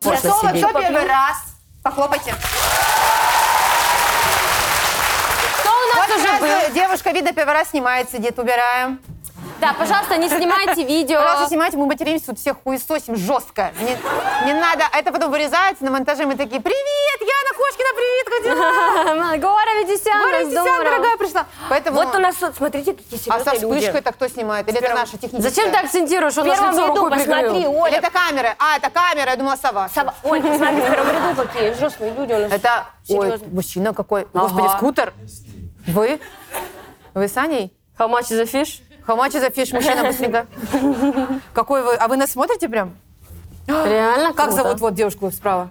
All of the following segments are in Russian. Солод сидеть. все первый раз. Похлопайте. Кто у нас Вот уже сразу был? девушка, видно, первый раз снимает, сидит, убираем. Да, пожалуйста, не снимайте видео. Пожалуйста, снимайте, мы материмся тут всех хуесосим жестко. Не, не надо, а это потом вырезается на монтаже, мы такие, привет, Яна Кошкина, привет, как дела? Гора Ведисян, Гора Раздумова. Сисян, дорогая, пришла. Поэтому, Вот у нас, вот, смотрите, какие а со серьезные люди. вспышкой это кто снимает? Или это наша техническая? Зачем ты акцентируешь? В Он нас первом лицо ряду, рукой посмотри, прикрыл. Или Оля. это камера? А, это камера, я думала, сова. Сова- Оль, посмотри, в первом ряду какие жесткие люди у нас. Это, ой, Серьезно. мужчина какой. Господи, скутер. Вы? Вы с Аней? How much is a fish? Хамачи за фиш, мужчина быстренько. Какой вы? А вы нас смотрите прям? Реально Как круто. зовут вот девушку справа?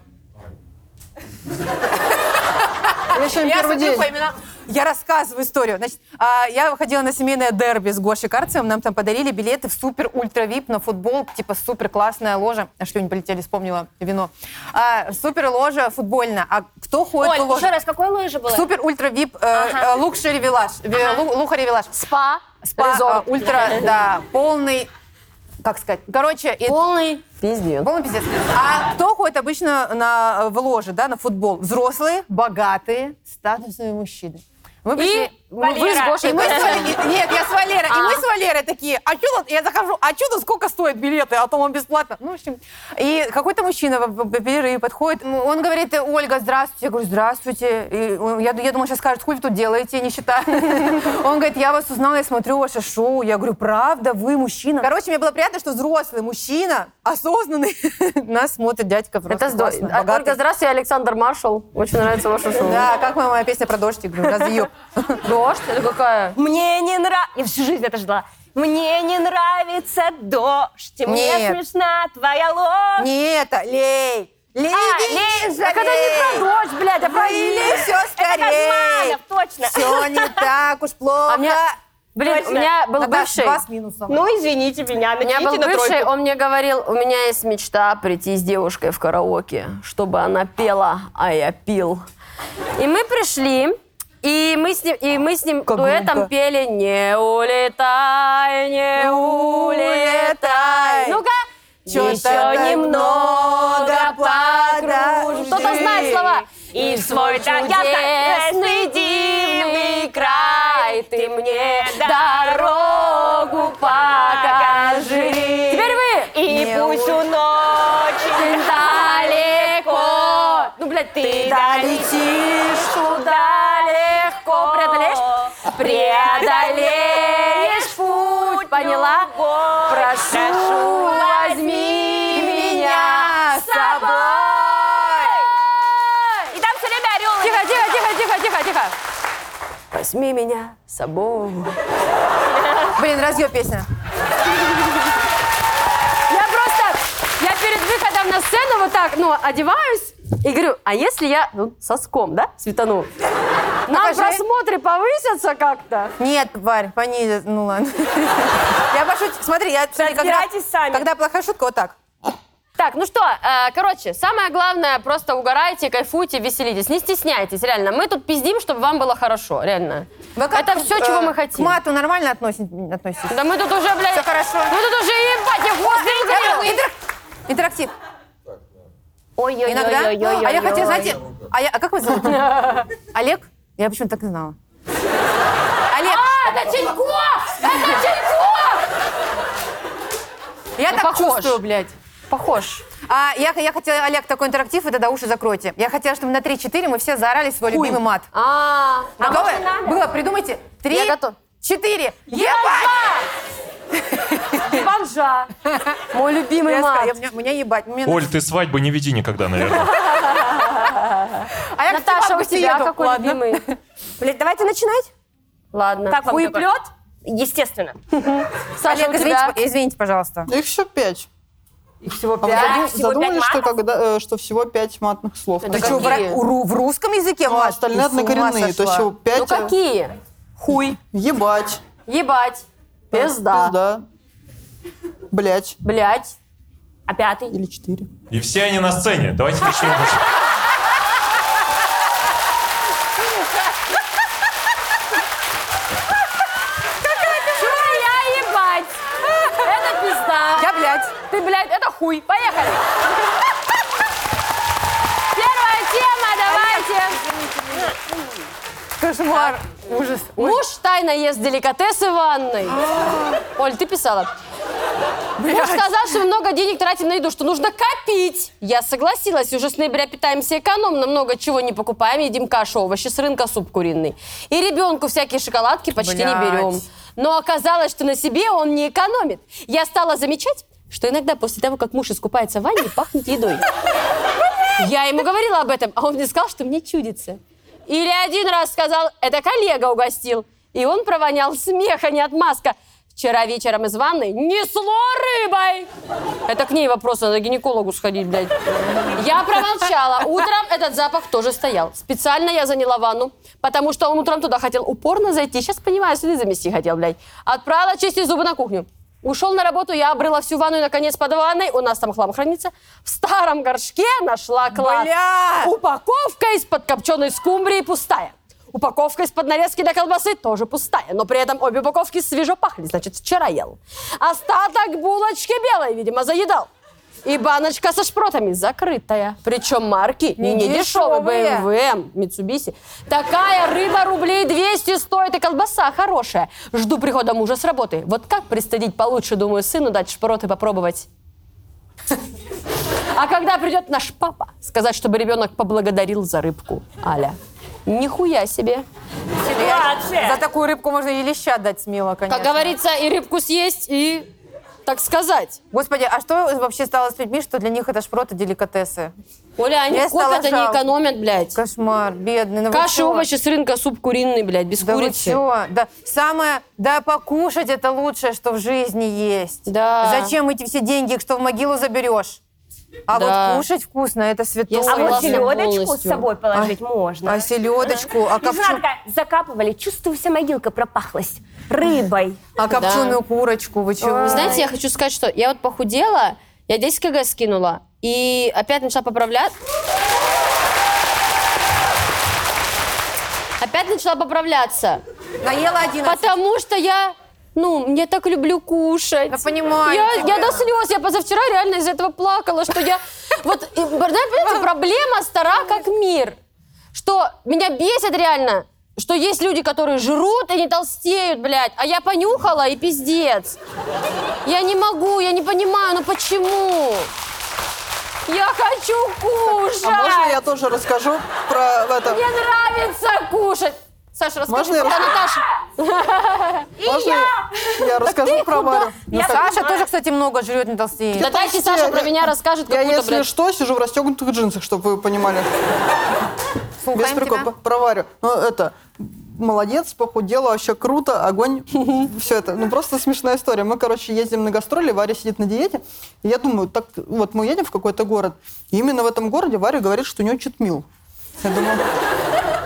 Я смотрю по именам. Я рассказываю историю. Значит, а, я выходила на семейное дерби с Гошей Карцевым. Нам там подарили билеты в супер-ультра-вип на футбол. Типа супер-классная ложа. Аж не полетели, вспомнила вино. А, супер-ложа футбольная. А кто ходит Оль, в ложу? еще раз, какой лыжи была? Супер-ультра-вип э, Ага. лукшери вилаж. Ви- лу- Лухари вилаж. Спа. Спа, а, Резорт. ультра, да, полный, как сказать, короче, и- Полный. Пиздец. полный пиздец. А кто ходит обычно на, в ложе, да, на футбол? Взрослые, богатые, статусные мужчины. Мы И пришли... вы с Валера. И Гошей. мы с Валерой- и- нет, я с Валерой. И А. мы с Валерой такие, а чудо, я захожу, а чудо сколько стоят билеты, а то он бесплатно. Ну, в общем, и какой-то мужчина в- в в перерыве подходит, м, он говорит, э, Ольга, здравствуйте. Я говорю, здравствуйте. И он- я, ду- я думаю, сейчас скажет, хуй вы тут делаете, не считаю. Он говорит, я вас узнала, я смотрю ваше шоу. Я говорю, правда, вы мужчина? Короче, мне было приятно, что взрослый мужчина, осознанный, нас смотрит дядька. просто Это классно, здорово. А, богатый. Ольга, здравствуй, я Александр Маршал. Очень нравится ваше шоу. Да, как моя, моя песня про дождь, я говорю, разъеб. Дождь? Это какая? Мне не нравится... Я всю жизнь это ждала. Мне не нравится дождь, и мне Нет. смешна твоя ложь. Не это, лей. Лей, Винишка, А, Лиза, когда не лей. про дождь, блядь, а про Или Лизу. все скорее. Газманов, точно. Все не так уж плохо. А у меня- Блин, у Точно. меня был Наташ, бывший. Два с минусом. Ну, извините меня, У меня накиньте был на бывший, тройку. он мне говорил, у меня есть мечта прийти с девушкой в караоке, чтобы она пела, а я пил. И мы пришли, и мы с ним, и мы с ним дуэтом громко. пели «Не улетай, не улетай». Ну-ка, Чё-то так еще немного много подружи. Кто-то знает слова. И в свой та- я так- чудесный дивный край ты мне дорогу покажи. Теперь вы. И Не пусть у ночи далеко. Ну, блядь, ты долетишь туда легко. Преодолеешь? Преодолеешь путь, поняла? Прошу, возьми меня с собой. И там все время орел. Тихо, тихо, тихо, тихо, тихо, тихо. Возьми меня с собой. Блин, разъеб песня. Я просто, я перед выходом на сцену вот так, ну, одеваюсь и говорю, а если я ну, соском, да, светану? Нам Ну, Покажи. просмотры повысятся как-то. Нет, Варь, понизит. Ну ладно. Я пошутила. Смотри, я... смотри, когда- Разбирайтесь сами. Когда плохая шутка, вот так. Так, ну что, э, короче, самое главное, просто угорайте, кайфуйте, веселитесь. Не стесняйтесь, реально. Мы тут пиздим, чтобы вам было хорошо, реально. Вы как, Это все, э, чего мы К хотим. мату нормально относит- относитесь? Да мы тут уже, блядь... Всё хорошо. Мы тут уже ебать, я Я- хуй- интер- Интерактив. Ой-ой-ой. Иногда. А я хотела, знаете, а, я- а как вас зовут? Олег? Я почему-то так и знала. Олег, А, это Тиньков! Это Тиньков! я так А, похож. чувствую, блядь. Похож. А, я, я хотела, Олег, такой интерактив, и тогда уши закройте. Я хотела, чтобы на 3-4 мы все заорали свой любимый мат. А, Готовы? Было, придумайте. Три, Я готов. четыре. Ебать! бомжа. Мой любимый Я сказала, я- мат. меня, меня ебать. Мне Оль, нравится. ты свадьбы не веди никогда, наверное. а я к тебе в Наташа, у августе тебя еду. какой Ладно. любимый? Блядь, давайте начинать. Ладно. Как вам Хуеплет? такое? Естественно. Саша, у Олег, тебя? извините, по- извините, пожалуйста. Их всего пять. Их всего А вы Пять? задум- Всего задумались, пять что, матов? когда, э, что всего пять матных слов? Ты что, в, ра- ру- в русском языке Ну, а мат? остальные Ты с ума однокоренные. То есть сошла. всего пять. Ну э, какие? Хуй. Ебать. Ебать. Пизда. Пизда. Блять. Блять. А пятый? Или четыре. И все они на сцене. Давайте начнем. Я ебать. Это пизда. Я, блядь. Ты, блядь, это хуй. Поехали. Кошмар. Ужас. Ой, А. Муж тайно ест деликатесы в ванной. Оль, ты писала. Муж блядь. сказал, что мы много денег тратим на еду, что нужно копить. Я согласилась, уже с ноября питаемся экономно, много чего не покупаем, едим кашу, овощи с рынка, суп куриный. И ребенку всякие шоколадки почти не Блядь. берем. Но оказалось, что на себе он не экономит. Я стала замечать, что иногда после того, как муж искупается в ванне, пахнет едой. Я ему говорила об этом, а он мне сказал, что мне чудится. Или один раз сказал, это коллега угостил. И он провонял смех, а не отмазка. Вчера вечером из ванны несло рыбой. Это к ней вопрос, надо к гинекологу сходить, блядь. Я промолчала. Утром этот запах тоже стоял. Специально я заняла ванну, потому что он утром туда хотел упорно зайти. Сейчас понимаю, следы замести хотел, блядь. Отправила чистить зубы на кухню. Ушел на работу, я обрыла всю ванну и, наконец, под ванной, у нас там хлам хранится, в старом горшке нашла клад. Бля! Упаковка из-под копченой скумбрии пустая. Упаковка из-под нарезки для колбасы тоже пустая, но при этом обе упаковки свежо пахли, значит, вчера ел. Остаток булочки белой, видимо, заедал. И баночка со шпротами закрытая. Причем марки не, не дешевые. дешевые. BMW, М, Mitsubishi. Такая рыба рублей 200 стоит, и колбаса хорошая. Жду прихода мужа с работы. Вот как пристыдить получше, думаю, сыну дать шпроты попробовать? А когда придет наш папа, сказать, чтобы ребенок поблагодарил за рыбку. Аля, нихуя себе. Ситуация. За такую рыбку можно и леща дать смело, конечно. Как говорится, и рыбку съесть, и, так сказать. Господи, а что вообще стало с людьми, что для них это шпроты деликатесы? Оля, они Я стала купят, они жалко. экономят, блядь. Кошмар, бедный. Ну вы Каши, чё? овощи с рынка, суп куриный, блядь, без Да вы курицы. чё? Да, самое, да, покушать это лучшее, что в жизни есть. Да. Зачем эти все деньги, что в могилу заберешь? А Да. вот кушать вкусно, это святое. Я А вот Согласна селедочку с полностью. собой положить можно. А селедочку, а, И жена копчу- такая, закапывали, чувствую, вся могилка пропахлась рыбой. а копченую курочку, вы чего? Знаете, я хочу сказать, что я вот похудела, я 10 кг скинула, и опять начала поправлять. Опять начала поправляться, Наела 11. потому что я, ну, я так люблю кушать. Я понимаю Я, я тебя. до слез, я позавчера реально из этого плакала, что я... Вот, и, понимаете, проблема стара как мир. Что меня бесит реально, что есть люди, которые жрут и не толстеют, блядь, а я понюхала и пиздец. Я не могу, я не понимаю, ну почему? Я хочу кушать! А можно я тоже расскажу про это? Мне нравится кушать! Саша, расскажи а Можно я про расскажу? Наташу. Можно я, я расскажу про Варю? Ну, Саша тоже, кстати, много жрет, не толстеет. Да дайте Саша про меня расскажет Я, какую-то, если блядь. что, сижу в расстегнутых джинсах, чтобы вы понимали. Без Слухаем прикола, тебя. п- про Варю. Ну, это, молодец, похудела, вообще круто, огонь, все это. Ну, просто смешная история. Мы, короче, ездим на гастроли, Варя сидит на диете. И я думаю, так, вот мы едем в какой-то город, и именно в этом городе Варя говорит, что у нее читмил. Я думаю,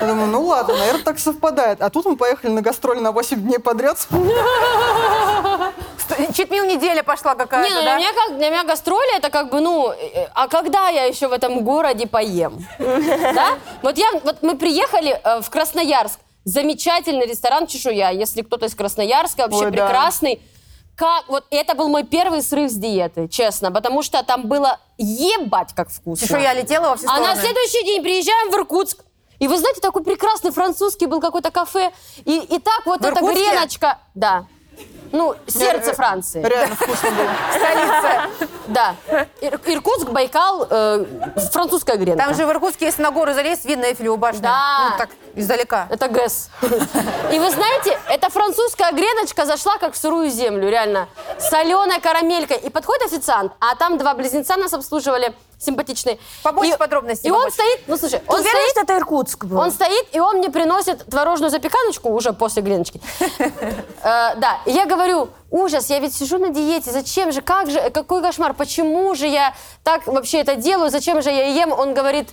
я думаю, ну ладно, наверное, так совпадает. А тут мы поехали на гастроль на 8 дней подряд. Что- Читмил неделя пошла какая-то, Не, ну да? для, меня как, для меня гастроли это как бы, ну, э, э, а когда я еще в этом городе поем? Да? Вот, я, вот мы приехали э, в Красноярск. Замечательный ресторан «Чешуя». Если кто-то из Красноярска, вообще Ой, да. прекрасный. Как, вот это был мой первый срыв с диеты, честно, потому что там было ебать как вкусно. Ты что, я летела во все А стороны? на следующий день приезжаем в Иркутск. И вы знаете, такой прекрасный французский был какой-то кафе. И, и так вот В эта Иркутске? греночка... Да. Ну, сердце Франции. Реально вкусно было. Да. Ир- Иркутск, Байкал, э, французская гренка. Там же в Иркутске, если на гору залезть, видно Эйфелеву башню. Да. Ну, так, издалека. Это ГЭС. И вы знаете, эта французская греночка зашла как в сырую землю, реально. Соленая карамелькой. И подходит официант, а там два близнеца нас обслуживали, симпатичные. Побольше И- подробностей, И он побольше. стоит, ну слушай, он Уверена, стоит... что это Иркутск был? Он стоит, и он мне приносит творожную запеканочку уже после греночки. Э, Да, и я говорю, ужас, я ведь сижу на диете, зачем же, как же, какой кошмар, почему же я так вообще это делаю, зачем же я ем? Он говорит,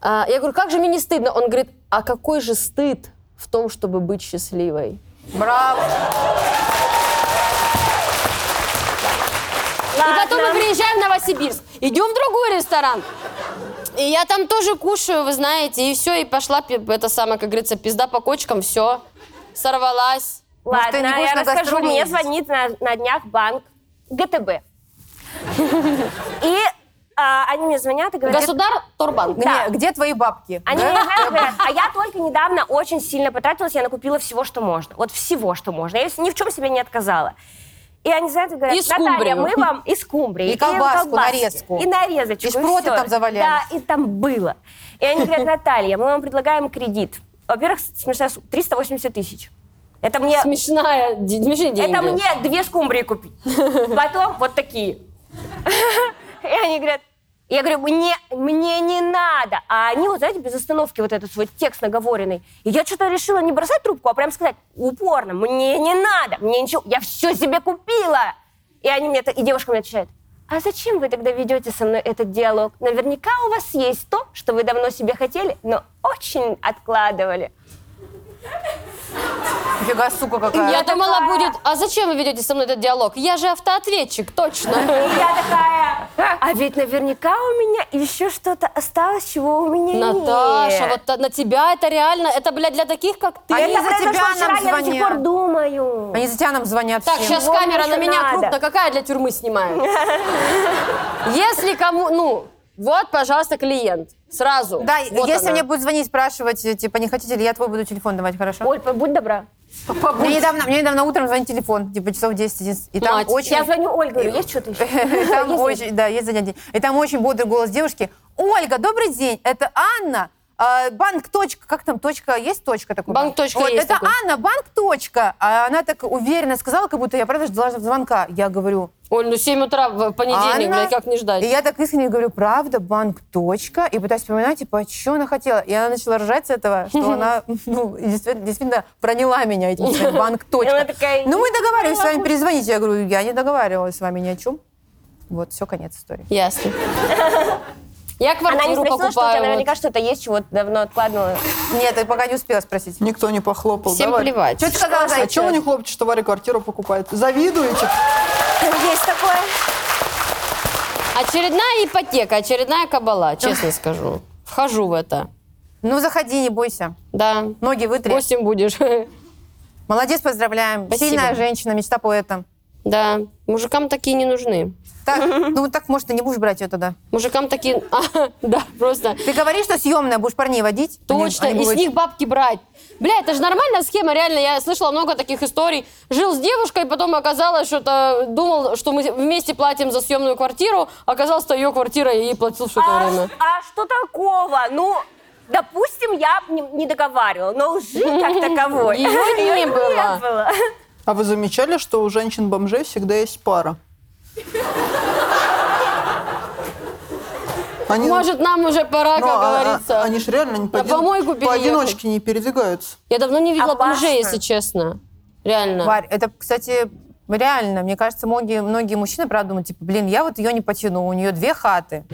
э, я говорю, как же мне не стыдно? Он говорит, а какой же стыд в том, чтобы быть счастливой? Браво. И потом мы приезжаем в Новосибирск, идем в другой ресторан. И я там тоже кушаю, вы знаете, и все, и пошла, пи- это самое, как говорится, пизда по кочкам, все, сорвалась. Может, Ладно, ты не будешь я на расскажу. гастроли Мне ездить? звонит на, на днях банк ГТБ. И а, они мне звонят и говорят... Государ Торбанк. Да. Где, где твои бабки? Они мне звонят и говорят, а я только недавно очень сильно потратилась, я накупила всего, что можно. Вот всего, что можно. Я ни в чем себе не отказала. И они звонят и говорят, И Наталья, скумбрию». мы вам и скумбрии, И колбаску, колбаски, нарезку. И нарезочку. И шпроты всё. там завалялись. Да, и там было. И они говорят, Наталья, мы вам предлагаем кредит. Во-первых, смешная сумма, 380 тысяч. Это мне, Смешная, де- смешные деньги. это мне две скумбрии купить. Потом вот такие. И они говорят, я говорю, мне, мне не надо. А они, вот знаете, без остановки вот этот свой текст наговоренный. И я что-то решила не бросать трубку, а прям сказать упорно, мне не надо, мне ничего, я все себе купила. И они мне, та- и девушка мне отвечает, а зачем вы тогда ведете со мной этот диалог? Наверняка у вас есть то, что вы давно себе хотели, но очень откладывали. Фига, сука какая. Я думала, будет, а зачем вы ведете со мной этот диалог? Я же автоответчик, точно. И я такая, а ведь наверняка у меня еще что-то осталось, чего у меня нет. Наташа, вот та- на тебя это реально, это, блядь, для таких, как ты. Они Это за произошло тебя вчера, нам я до сих пор звонят. думаю. Они за тебя нам звонят Так, всем. сейчас Чего камера мне на еще меня надо? крупно. Какая для тюрьмы снимаю? Если кому... Ну, вот, пожалуйста, клиент. Сразу. Да, Вот если она. мне будет звонить, спрашивать, э, типа, не хотите ли, я твой буду телефон давать, хорошо? Оль, будь добра. Мне недавно, мне недавно утром звонит телефон, типа, часов 10, одиннадцать, и там Мать, очень... Я звоню Ольге, говорю, есть что-то еще? И там Есть очень, да, есть занятие. И там очень бодрый голос девушки. Ольга, добрый день, это Анна. а, Банк точка, как там точка, есть точка такой? Банк точка Вот, есть это такой. Анна, банк точка. А она так уверенно сказала, как будто я правда ждала звонка. Я говорю, Оль, ну 7 утра в понедельник, Анна. блядь, как не И ждать? я так искренне говорю, правда, банк, точка. И пытаюсь вспоминать, типа, а чего она хотела. И она начала ржать с этого, что она, ну, действительно, действительно проняла меня этим своим банк, И она точка. такая, Ну, мы договаривались с вами перезвонить. Я говорю, я не договаривалась с вами ни о чем. Вот, все, конец истории. Ясно. Я Она не квартиру спросила, что у тебя покупаю. вот. наверняка что-то есть, чего ты давно откладывала. Нет, я пока не успела спросить. Никто не похлопал. Всем давай. плевать. Что ты сказала, А зайчик? чего вы не хлопаете, что Варя квартиру покупает? Завидуете? Есть такое. Очередная ипотека, очередная кабала, честно скажу. Вхожу в это. Ну, заходи, не бойся. Да. Ноги вытри. Гостем будешь. Молодец, поздравляем. Спасибо. Сильная женщина, мечта поэта. Да. Мужикам такие не нужны. Так, ну так, может, ты не будешь брать ее тогда. Мужикам такие... А, да, просто... Ты говоришь, что съемная, будешь парней водить? Они- Точно, они и с будут- них бабки брать. Бля, это же нормальная схема, реально. Я слышала много таких историй. Жил с девушкой, потом оказалось, что то думал, что мы вместе платим за съемную квартиру. Оказалось, что ее квартира я ей платил все это А, время. ш- а что такого? Ну, допустим, я не, не договаривала, но лжи как таковой. Её не её было. было. А вы замечали, что у женщин-бомжей всегда есть пара? Они, Может, нам уже пора, ну, как а- а- говорится. они же реально не На помойку переехать. поодиночке не передвигаются. Я давно не видела Опасно. бомжей, если честно. Реально. Варь, это, кстати, реально. Мне кажется, многие, многие мужчины, правда, думают, типа, блин, я вот ее не потяну, у нее две хаты,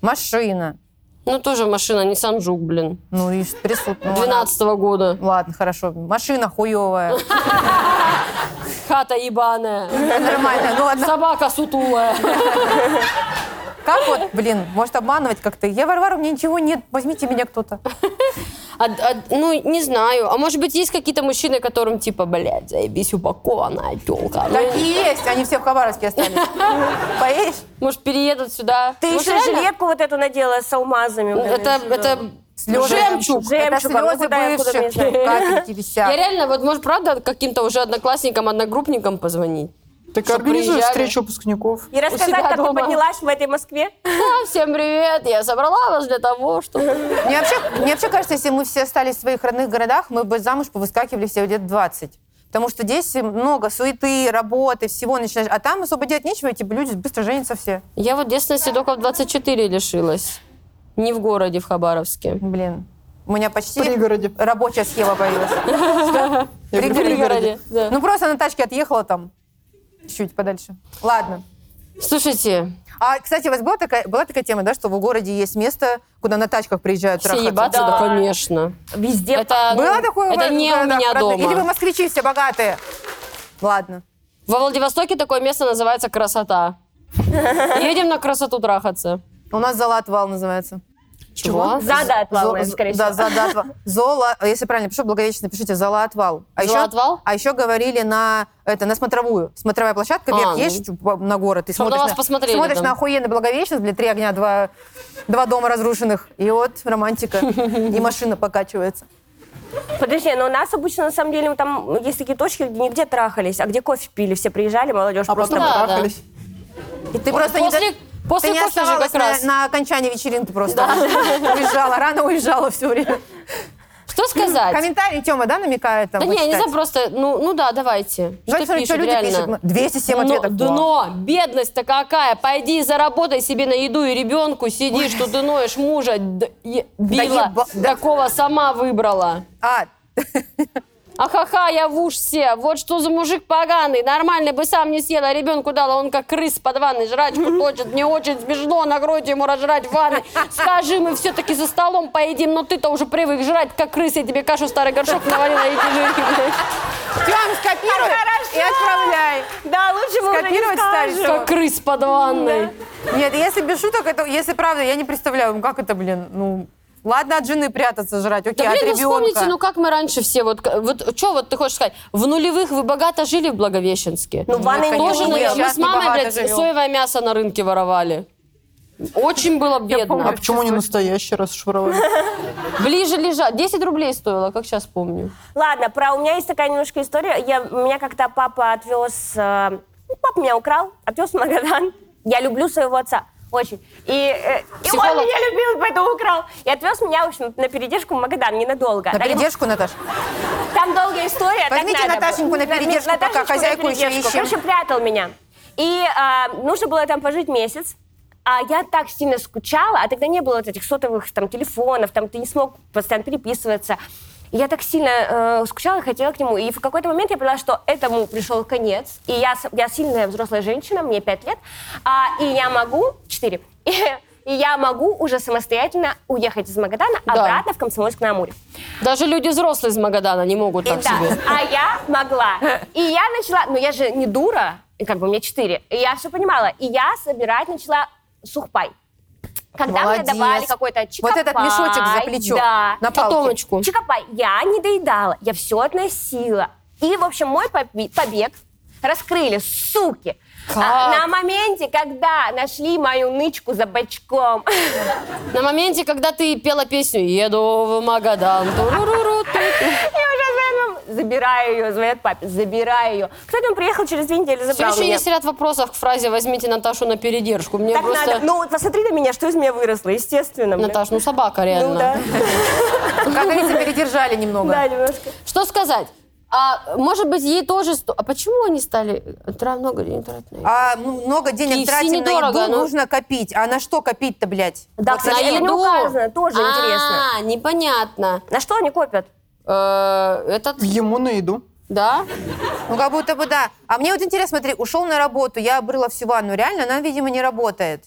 машина. Ну, тоже машина, не Санжук, блин. Ну и присут. ну, она- 12 года. Ладно, хорошо. Машина хуевая. Хата ебаная. Нормально. Ну ладно. Собака сутулая. Как вот, блин, может обманывать как-то? Я Варвара, у меня ничего нет. Возьмите меня кто-то. А- а, ну, не знаю. А может быть, есть какие-то мужчины, которым типа, блядь, заебись, Ну, упакованная телка. Такие есть, они все в Хабаровске остались. Поедешь? Может, переедут сюда. Ты Может, еще реально? жилетку вот эту надела с алмазами. вот Это, эту. это Слезы. жемчуг. Это Жемчугом, ну, слезы куда я- куда мне бывших. знать? Капельки Я висят. реально, вот, может, правда, каким-то уже одноклассникам, одногруппникам позвонить? Так Чтоб организуешь приезжали. встречу выпускников. И рассказать, себя как ты дома. поднялась в этой Москве. Да, всем привет, я собрала вас для того, чтобы... Мне вообще, мне вообще кажется, если мы все остались в своих родных городах, мы бы замуж повыскакивали все лет 20. Потому что здесь много суеты, работы, всего начинаешь. А там особо делать нечего, и типа люди быстро женятся все. Я вот девственности только в 24 лишилась. Не в городе, в Хабаровске. Блин, у меня В почти пригороде. рабочая схема появилась. Я говорю, В пригороде, да. Ну просто на тачке отъехала там. Чуть подальше. Ладно. Ну, Слушайте, А, кстати, у вас была такая, была такая тема, да, что в городе есть место, куда на тачках приезжают все трахаться? ебаться, да, Да. конечно. Везде. Это, ну, Было такое? в это ваших не у городах, меня правда? дома. Или вы москвичи все богатые? Ладно. Во Владивостоке такое место называется красота. Едем на красоту трахаться. У нас залатвал называется. Чего? Зада отвалная, Зо- скорее всего. Да, зада отвал. Зола, если правильно пишу, благовечно пишите, зола отвал. А еще, Золоотвал? А еще говорили на, это, на смотровую. Смотровая площадка, вверх А, ну. есть по- на город. И Чтоб на смотришь, вас посмотрели смотришь там. на охуенный благовещенск, блин, три огня, два, два дома разрушенных. И вот романтика. И машина покачивается. Подожди, но у нас обычно, на самом деле, там ну, есть такие точки, где нигде трахались, а где кофе пили, все приезжали, молодежь А просто... потом Да, да. трахались. И ты просто не после- до- после ты не кофе же как оставалась на, раз. на окончании вечеринки просто. Уезжала, рано уезжала все время. Что сказать? Комментарий Тёма, да, намекает там? Да не, я не почитать? знаю, просто, ну, ну да, давайте. Давайте что смотреть, что пишут, люди реально? пишут. 207 ответов. Дно, Вау. дно. бедность-то какая. Пойди и заработай себе на еду и ребенку. Сидишь, тут ты ноешь мужа. д- е- била. еба- да. Такого сама выбрала. А, Ахаха, я в уж все. Вот что за мужик поганый. Нормально бы сам не съел, а ребенку дала. Он как крыс под ванной жрачку точит. Мне очень смешно. Накройте ему разжрать в ванной. Скажи, мы все-таки за столом поедим, но ты-то уже привык жрать, как крыс. Я тебе кашу в старый горшок наварила, и ты жри. Тём, скопируй и отправляй. Да, лучше бы уже не Скопировать стали, скажем. Как крыс под ванной. Нет, если без шуток, это, если правда, я не представляю, ну как это, блин, ну... Ладно, от жены прятаться жрать, окей, Да, от блин, ну ребенка. вспомните, ну как мы раньше все, вот, к- вот что вот ты хочешь сказать, в нулевых вы богато жили в Благовещенске? Ну, в ванной не Тоже, конечно, было. мы наверное, мы сейчас с мамой, небогато блядь, живем. соевое мясо на рынке воровали. Очень было А бедно. почему не настоящий расшифровали? Ближе лежа. 10 рублей стоило, как сейчас помню. Ладно, про у меня есть такая немножко история. Я, меня как-то папа отвез, э, ну, папа меня украл, отвез в Магадан. Я люблю своего отца. Очень. И, э, и он Психолог. меня любил, поэтому украл. И отвез меня, в общем, на передержку в Магадан ненадолго. На Там- передержку, Наташ? Там долгая история. так Возьмите надо Наташеньку было. на передержку, пока Наташечку на хозяйку еще передержку. ищем. Короче, прятал меня. И а, нужно было там пожить месяц. А я так сильно скучала, а тогда не было вот этих сотовых там телефонов, там ты не смог постоянно переписываться. И Я так сильно э, скучала, хотела к нему. И в какой-то момент я поняла, что этому пришел конец. И я, с- я сильная взрослая женщина, мне пять лет. А, и я могу... четыре. И, я могу уже самостоятельно уехать из Магадана Да. обратно в Комсомольск-на-Амуре. Даже люди взрослые из Магадана не могут И так да, себе. А я могла. И я начала, ну я же не дура, и как бы мне четыре, и я все понимала. И я собирать начала сухпай. Когда Молодец. мне давали какой-то чикопай. Вот этот мешочек за плечо. Да. На палке. Котомочку. Чикопай. Я не доедала, я все относила. И, в общем, мой побе- побег раскрыли, суки. А, на моменте, когда нашли мою нычку за бочком. На моменте, когда ты пела песню «Еду в Магадан». туруруру, ту-ту. Я уже звоню, забираю ее, звонят папе, забираю ее. Кто-то он приехал через две недели, Все забрал еще меня. есть ряд вопросов к фразе «Возьмите Наташу на передержку». Мне Так просто... надо. Ну, вот посмотри на меня, что из меня выросло, естественно. блин. Наташ, ну собака реально. Ну да, Как говорится, передержали да, немного. немножко. Что сказать? А может быть, ей тоже... сто- А почему они стали тра- много денег тратить на еду? А м- много денег KFC тратим на недорого, еду, но- нужно копить. А на что копить-то, блядь? Да, Вот А, кстати, на это еду. не указано, тоже А, интересно. непонятно. На что они копят? Э, Этот, Ему на еду. да? Ну, как будто бы да. А мне вот интересно, смотри, ушел на работу, я обрыла всю ванну. Реально, она, видимо, не работает.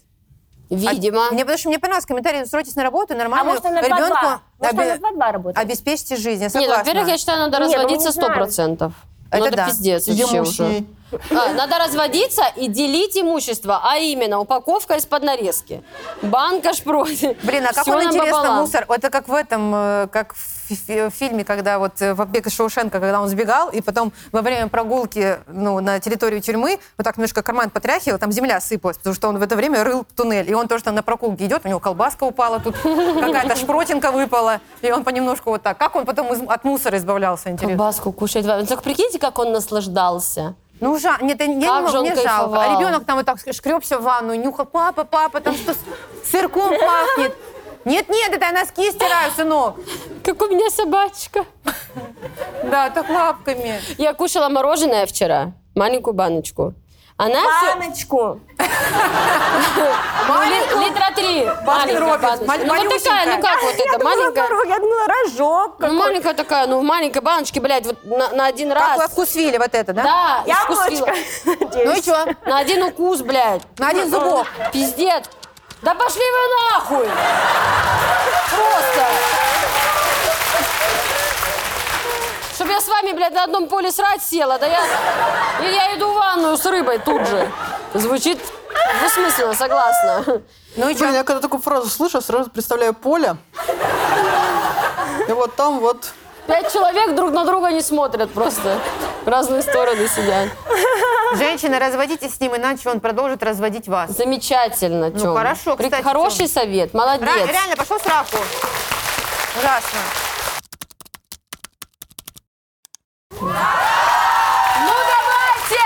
А Видимо. Мне потому что мне понравился комментарий, «Ну, стройтесь на работу, А нормально. может, она 2 ребенку два? Может, обе- она 2-2 работает? обеспечьте жизнь, я Нет, согласна. во-первых, я считаю, надо Не, ну, мы разводиться не знаем. 100%. Это надо да. пиздец вообще Ему с уже. ней. А, надо разводиться и делить имущество, а именно упаковка из-под нарезки, банка шпроти. Блин, а как Всё он интересно напополам. мусор? Это как в этом, э, как в, фи- в фильме, когда вот э, в «Побег из Шоушенка», когда он сбегал, и потом во время прогулки ну, на территорию тюрьмы вот так немножко карман потряхивал, там земля сыпалась, потому что он в это время рыл туннель. И он тоже там на прогулке идет, у него колбаска упала, тут какая-то шпротинка выпала, и он понемножку вот так. Как он потом из- от мусора избавлялся, интересно? Колбаску кушать. Ну, Так прикиньте, как он наслаждался. Ну, жа... Нет, я не Как же могу, он мне жалко. А кайфовал. ребенок там вот так шкребся в ванну, нюхал, папа, папа, там что, с сырком пахнет. Нет, нет, это я носки стираю, сынок. Как у меня собачка. Да, так лапками. Я кушала мороженое вчера, маленькую баночку. Она всё- Баночку. ну, ли- литра три. маленькая Роббинс, баночка. маль- Ну, вот такая, малюсенькая. ну как вот Я это, думала, маленькая. пирог, я думала, рожок. Ну, маленькая такая, ну, в маленькой баночке, блядь, вот на, на один Как вы раз. вкусвили вот это, да? Да, искусила. Яблочко. Ну и Надеюсь. что? На один укус, блядь. На один зубок. Пиздец. Да пошли вы нахуй! Просто. Чтоб я с вами, блядь, на одном поле срать села, да я... Или я иду в ванную с рыбой тут же. Звучит Двусмысленно, согласна. Ну и Блин, что? я когда такую фразу слышу, я сразу представляю поле. И вот там вот Пять человек друг на друга не смотрят просто. В разные стороны сидят. Женщины, разводитесь с ним, иначе он продолжит разводить вас. Замечательно, Ну, Тёма. хорошо, При- кстати, Хороший Тём. совет, Ра- молодец. реально, пошел сраку. Ужасно. Ну давайте!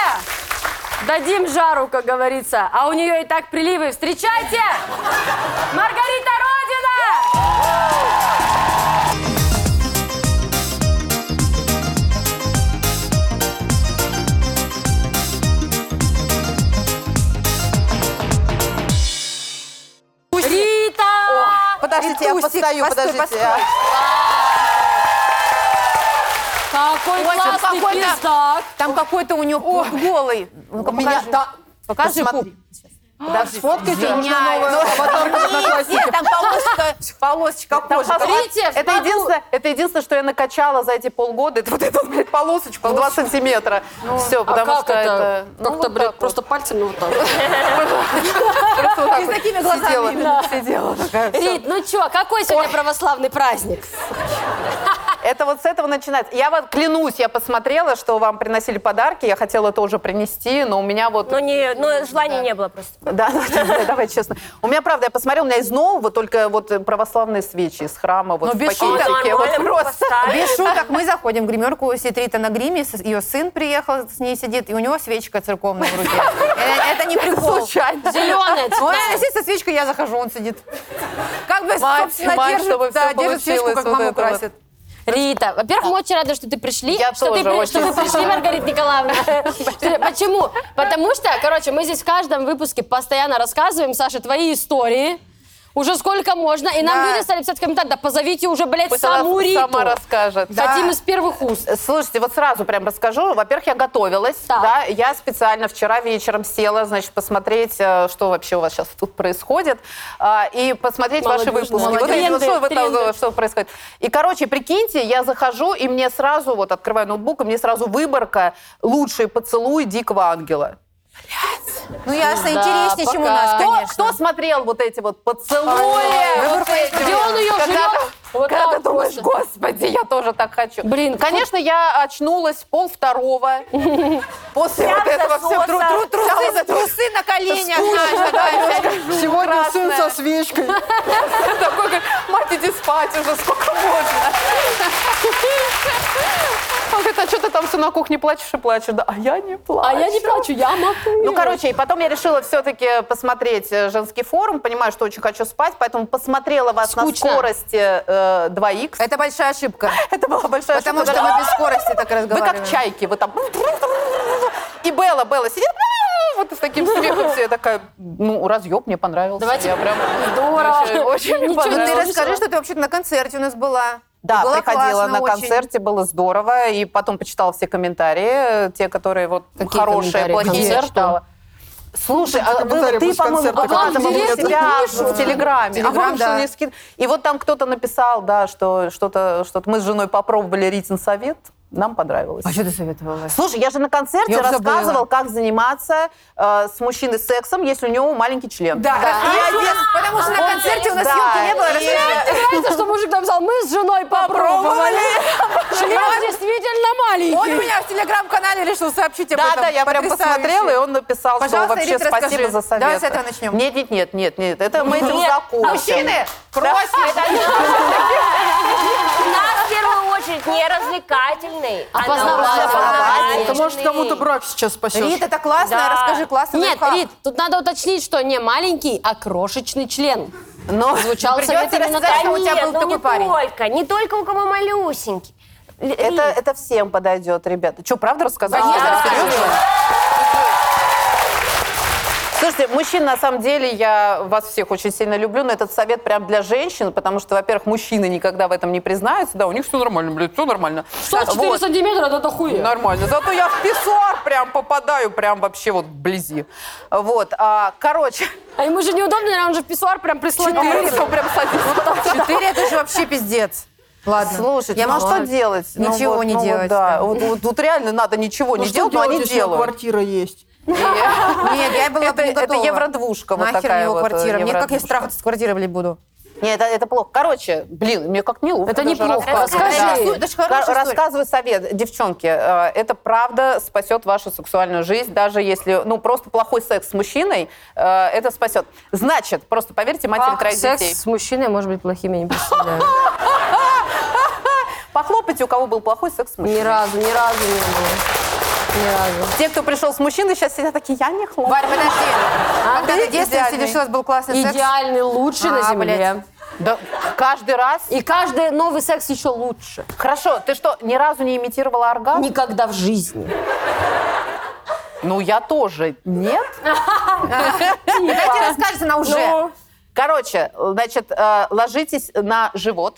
Дадим жару, как говорится. А у нее и так приливы. Встречайте! Маргарита Родина! Рита! Подождите, я Ритусик, постою, постой, подождите, постой. а. Какой Ой, там классный какой-то- пиздак! Там какой-то у него куб голый. Ну-ка, у меня покажи. та- Покажи Посмотри. куб. Подожди. Сфоткайте, нужно Извиняюсь. новую аватарку в Нет, Однокласснике. там полосочка, полосочка кожи. посмотрите, это, смотрю. единственное, Это единственное, что я накачала за эти полгода, это вот эту, блядь, полосочку в 2 сантиметра. Все, А потому что Ну, а это... ну, Как-то, вот блядь, так вот. просто пальцами вот так. и с такими глазами сидела. именно сидела. такая. Рит, ну чё, какой сегодня православный праздник? Это вот с этого начинается. Я вот клянусь, я посмотрела, что вам приносили подарки, я хотела тоже принести, но у меня вот... Но, не, но желания не было просто. Да, да, да, давай честно. У меня, правда, я посмотрела, у меня из нового только вот э, православные свечи из храма, вот Ну, в без шуток. пакетике. Вот Нормально, просто. поставили. Без шуток, мы заходим в гримерку, сидит Рита на гриме, с- ее сын приехал, с ней сидит, и у него свечка церковная в руке. Э, Это не прикол. Случайно. Зеленая Ну, она цветная. сидит со свечкой, я захожу, он сидит. Как бы, собственно, мать, держит, чтобы да, всё держит свечку, получилось как вот маму это вот. красит. Рита, во-первых, мы очень рады, что ты пришли. Я что ты, тоже при- очень что вы пришли, Маргарита Николаевна. Что- Почему? Потому что, короче, мы здесь в каждом выпуске постоянно рассказываем, Саша, твои истории. Уже сколько можно. И нам Да. люди стали писать комментарии, да позовите уже, блядь, Пусть она саму Риту. сама расскажет. Э, Хотим из первых уст. Слушайте, вот сразу прям расскажу. Во-первых, я готовилась, Так. да, я специально вчера вечером села, значит, посмотреть, э, что вообще у вас сейчас тут происходит, а, и посмотреть ваши Молодежь, выпуски. Вот молодежь. эти вот, что, вот это вот, Тренды, что происходит. И, короче, прикиньте, я захожу, и мне сразу, вот открываю ноутбук, и мне сразу выборка «Лучший поцелуй дикого ангела». Ну, ясно, Да, интереснее, чем у нас, пока. Кто, конечно. кто смотрел вот эти вот поцелуи? Ой, Вот эти где вот? он ее Когда жрет? ты- Вот когда так ты думаешь, просто. господи, я тоже так хочу. Блин, Конечно, я очнулась пол второго. После вот этого все Тру- тру- трусы, за- трусы на коленях, знаешь, такая вся. Сегодня сын со свечкой. такой, говорит, мать, иди спать уже, сколько можно. Он говорит, а что ты там все на кухне плачешь и плачешь? Да, а я не плачу. А я не плачу, я могу. Ну, короче, и потом я решила все-таки посмотреть э, женский форум. Понимаю, что очень хочу спать, поэтому посмотрела вас Скучно. на скорости э, 2х. Это большая ошибка. Это была большая Потому ошибка. что мы без скорости так Вы разговариваем. как чайки, вы там... И Белла, Белла сидит, вот с таким смехом все такая, ну, разъеб мне понравился. Давайте. Я прям... Здорово. Очень, очень мне Ничего Ну, понравилось. ты Здорово. расскажи, что ты вообще-то на концерте у нас была. Да, Было приходила классно на очень. концерте, было здорово, и потом почитала все комментарии, э, те, которые вот Какие хорошие, комментарии? плохие Концерту? читала. Слушай, а вы- комментарии ты, после по-моему, концерта, выкладывала которые у интересные себя пишут. в Телеграме. Телеграм, а вам да. что мне скид- И вот там кто-то написал, да, что что-то, что-то мы с женой попробовали Ритин совет, нам понравилось. А что ты советовала? Слушай, я же на концерте Я уже рассказывал, забыла. как заниматься э, с мужчиной сексом, если у него маленький член. Да, А молодец, потому что на концерте у нас Да, съемки не было. и- расскажи. Мне нравится, что мужик написал, мы с женой попробовали. Член действительно Он маленький. у меня в телеграм-канале решил сообщить об Да, этом. да, я прям Потрясающе. посмотрела, и он написал, Пожалуйста, что вообще Рит, спасибо расскажи. за совет. Давай с этого начнем. Нет, нет, нет, нет, нет, это мы этим закончим. Мужчины, У нас в первую очередь не развлекательный, а Познавательный. научно-познавательный. Ты, А может, кому-то брак сейчас спасешь. Рит, это классно, Да. расскажи классно. Нет, Рит, тут надо уточнить, что не маленький, а крошечный член. Но Звучал совет придется именно рассказать, так. что у тебя Нет, был ну такой не парень. только, не только у кого малюсенький. Л- это, Рит, это всем подойдет, ребята. Что, правда рассказала? Конечно, Да. расскажи. Серьезно? Слушайте, мужчин, на самом деле, я вас всех очень сильно люблю, но этот совет прям для женщин, потому что, во-первых, мужчины никогда в этом не признаются, да, у них все нормально, блядь, все нормально. 44 Вот. сантиметра, это дохуя. Нормально. Зато я в писсуар прям попадаю, прям вообще вот вблизи. Вот. а, короче, А ему же неудобно, наверное, он же в писсуар прям прислоняется. он прям садится. Четыре, это же вообще пиздец. Ладно. Слушайте, я ну а могу что делать? Ну Ничего вот, не ну вот делать, Да, да. вот, вот тут реально надо ничего Ну не что делать, но а они если у него делают. квартира есть? Нет, я была Это, бы не это готова. евро-двушка вот Нахер такая мне его вот. э, квартира. Мне как я евро-двушка. страх с квартирой, блин, буду. Не, это, это плохо. Короче, блин, мне как неловко. Это даже неплохо. рассказывать. Расскажи. Да. Это ж хорошая история. Рассказывай совет. Девчонки, э, это правда спасет вашу сексуальную жизнь, даже если, ну, просто плохой секс с мужчиной, э, это спасет. Значит, просто поверьте матери Ах, троих а, секс детей. с мужчиной может быть плохим, я не представляю. Похлопайте, у кого был плохой секс с Ни мужчиной. разу, ни разу не было. Ни разу. Те, кто пришел с мужчиной, сейчас сидят такие, я не хлопаю. Варь, подожди. Когда ты ты в детстве идеальный. сидишь, у нас был классный секс. Идеальный, лучший на А, земле. Да, каждый раз. И каждый новый секс еще лучше. Хорошо, ты что, ни разу не имитировала оргазм? Никогда в жизни. Ну, я тоже. Нет? Типа. Дайте расскажешь, она Ну, Ну. уже. Короче, значит, э, ложитесь на живот.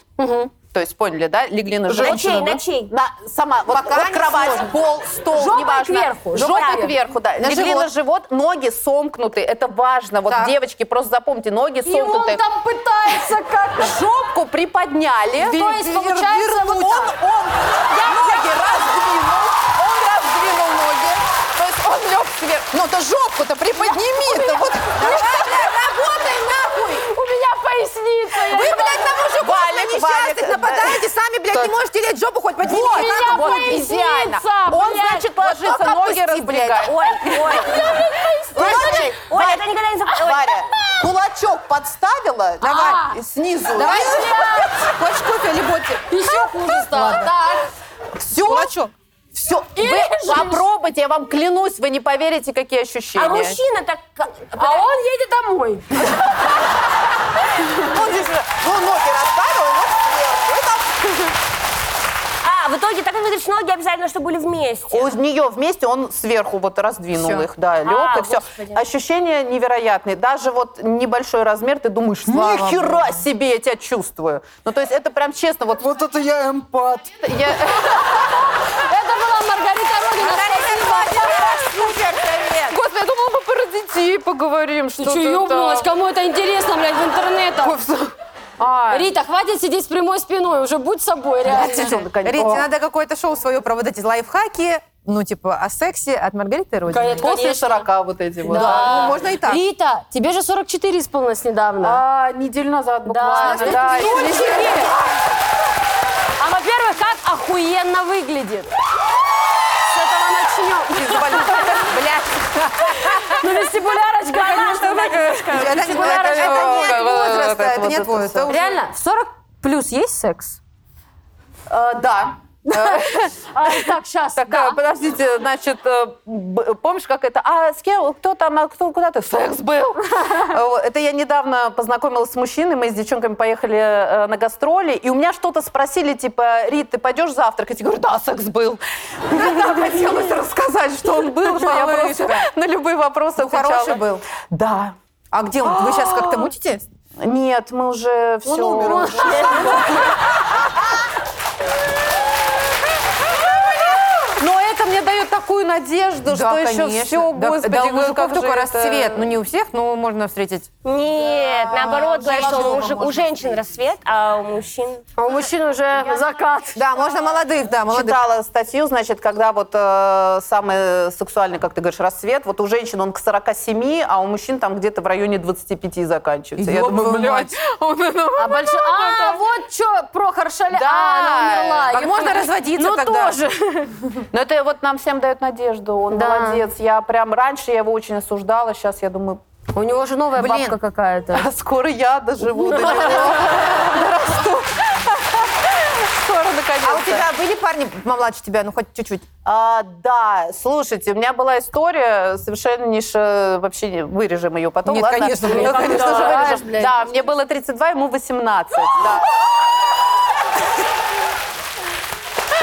То есть, поняли, да? Легли на живот. Женщина, да? На чей, на чей? На- сама, вот, Пока вот не кровать, сложно. пол, стол, Жопой неважно. кверху, жопой Жопой кверху. кверху, да. На Легли живот. на живот, ноги сомкнуты. Это важно. Вот, Так. девочки, просто запомните, ноги И он сомкнуты. там пытается как... Жопку приподняли. То есть, получается, вот он, он ноги раздвинул, он раздвинул ноги. То есть он лег сверху. Ну, то жопку-то приподними-то. Вот. Работай нахуй! У меня поясница, я Вы, блядь, на мужиков Валик, на несчастных Валик, нападаете, сами, блядь, не Так. можете лечь жопу хоть поднимите. Вот, меня вот, поясница, идеально. Он, блядь. значит, ложится, только ноги опусти, блядь. раздвигает. Ой, ой. Слушай, Оля, это никогда не забудешь. Варя, кулачок подставила давай, снизу. А. Давай, хочешь кофе или ботик? Еще хуже стало. А Так. Все? Кулачок. Все, вы Режешь. попробуйте, я вам клянусь, вы не поверите, какие ощущения. А мужчина так... А он едет домой. Он здесь же, ну, ноги расставил, ноги сверху. И там А, в итоге, так как ты говоришь, ноги обязательно, чтобы были вместе. ну, У нее вместе он сверху вот раздвинул Всё. их, да, лег и все. господи. Ощущения невероятные. Даже вот небольшой размер, ты думаешь, нихера себе, я тебя чувствую. Ну, то есть это прям честно, вот Вот это я эмпат. я... Это была Маргарита Родина. Господи, я думала, мы про детей поговорим. Ты что, ёбнулась? Кому это интересно, блядь, в интернетах? А. Рита, хватит сидеть с прямой спиной, уже будь собой, реально. Рите, надо какое-то шоу свое проводить из лайфхаки, ну, типа, о сексе от Маргариты Родины. Конечно. После 40 вот эти вот. Да, ну, можно и так. Рита, тебе же 44 исполнилось недавно. А, неделю назад Да, буквально. Да, Что если- тебе? А во-первых, как охуенно выглядит. С этого начнем. Ну, вестибулярочка, конечно, выглядит. Это не- это- Вестибулярочка. это не от возраста, это не от возраста. Это уже- Реально, в 40 плюс есть секс? Э, Да. А, так, сейчас, Так, э, подождите, значит, э, б- помнишь, как это? А с кем? Кто там? А кто? Куда ты? Секс был. Э, вот, Это я недавно познакомилась с мужчиной, мы с девчонками поехали э, на гастроли, и у меня что-то спросили, типа, Рит, ты пойдешь завтракать? Я говорю, да, секс был. Мне так хотелось рассказать, что он был, что я просто на любые вопросы отвечала. хороший был? Да. А где он? Вы сейчас как-то мутите? Нет, мы уже все. умер уже. Но это мне дает такую надежду, что еще все, Да, господи, да, у как мужиков же только это- расцвет. Ну, не у всех, но можно встретить. Нет, наоборот, говорят, что у мужик- у женщин рассвет, а у мужчин... А у мужчин уже закат. Да, можно молодых, да, молодых. Читала статью, значит, когда вот э, самый сексуальный, как ты говоришь, рассвет, вот у женщин он к 47, а у мужчин там где-то в районе 25 заканчивается. Я Ёб думаю, твою блядь, он, он- он- А, больш- а, вот что, Прохор Шаля... Да. А, она умерла. Так Я можно поняла. разводиться ну, тогда. тоже. Но это вот нам всем дает надежду, он Да. молодец. Я прям раньше я его очень осуждала, сейчас я думаю, У него же новая Блин. бабка какая-то. а скоро я доживу до него. Дорасту. Скоро, наконец-то. А у тебя были парни помладше тебя, ну, хоть чуть-чуть? А, да, слушайте, у меня была история совершеннейшая, вообще не- вырежем ее потом, Нет, ладно? конечно, блин. Ну, конечно же, Да, вырежем. блядь. Да, мне было 32, ему 18, да.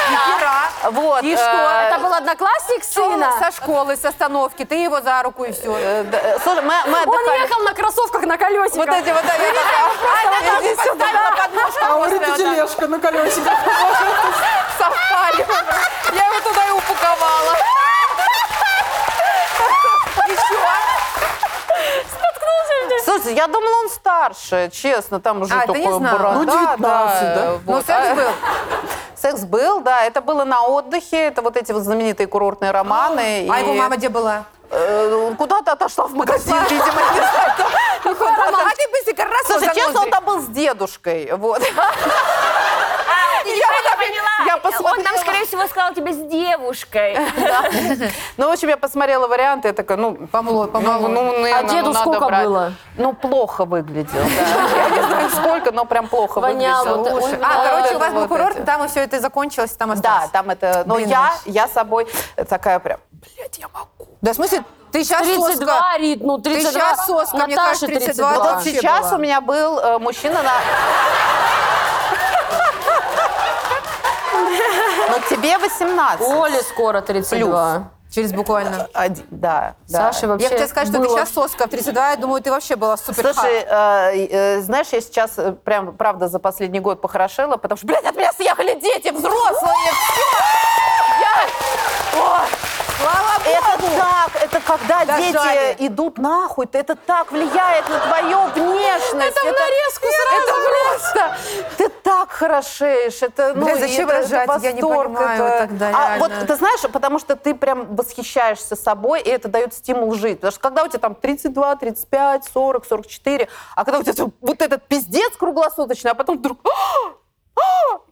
Хера. Вот. И э, что? Это был одноклассник сына? Со школы, с остановки, ты его за руку и все. э, да, Слушай, мы, мы Он отдыхали. ехал на кроссовках на колесиках. Вот эти вот, да, я такая, Аня тоже поставила подножку. А у Риты тележка на колесиках. Сафари. Я его туда и упаковала. Слушай, я думала, он старше, честно, там уже А, ты такой не знала? борода, Ну, 19, да. Ну, вот. секс был. Секс был, да, это было на отдыхе, это вот эти вот знаменитые курортные романы. А и- его мама где была? э, куда-то отошла в магазин, видимо, не знаю. там. А ты быстренько раз его Слушай, честно, он заноздрил. там был с дедушкой, вот. А, я поняла. Я Он там, посмотрела. скорее всего, сказал тебе с девушкой. Ну, в общем, я посмотрела варианты, я такая, ну, Помогло, ну, помогло. ну, наверное, А деду ну, надо сколько брать. было? Ну, плохо выглядел, да. Я не знаю, сколько, но прям плохо Воняло. выглядел. Ой, Уши. А, Да, короче, у вас был вот курорт, эти. там и все это закончилось, там Да, осталось. там это... Но Блин, я, Маш. я собой э, такая прям... Да, в смысле, ты сейчас 32, Рит, ну, 32. А щас соска, мне кажется, 32. Вот Вообще сейчас была. у меня был э, мужчина на... Ну, тебе 18. Оле скоро 32. Через буквально. Один, да, да. Саша вообще Я хотела сказать, что ты было. сейчас соска в 32, я думаю, ты вообще была супер Слушай, э, э, знаешь, я сейчас э, прям, правда, за последний год похорошела, потому что, блядь, от меня съехали дети взрослые, все! Я... Ой, это так, это когда дети Дожали. идут нахуй, это так влияет на твою внешность. Это, в нарезку сразу. Это просто, ты так хорошеешь. Это, ну, Блядь, и зачем это- это рожать? Я не восторг, понимаю это- тогда, А реально. вот ты знаешь, потому что ты прям восхищаешься собой, и это дает стимул жить. Потому что когда у тебя там 32, 35, 40, 44, а когда у тебя там вот этот пиздец круглосуточный, а потом вдруг...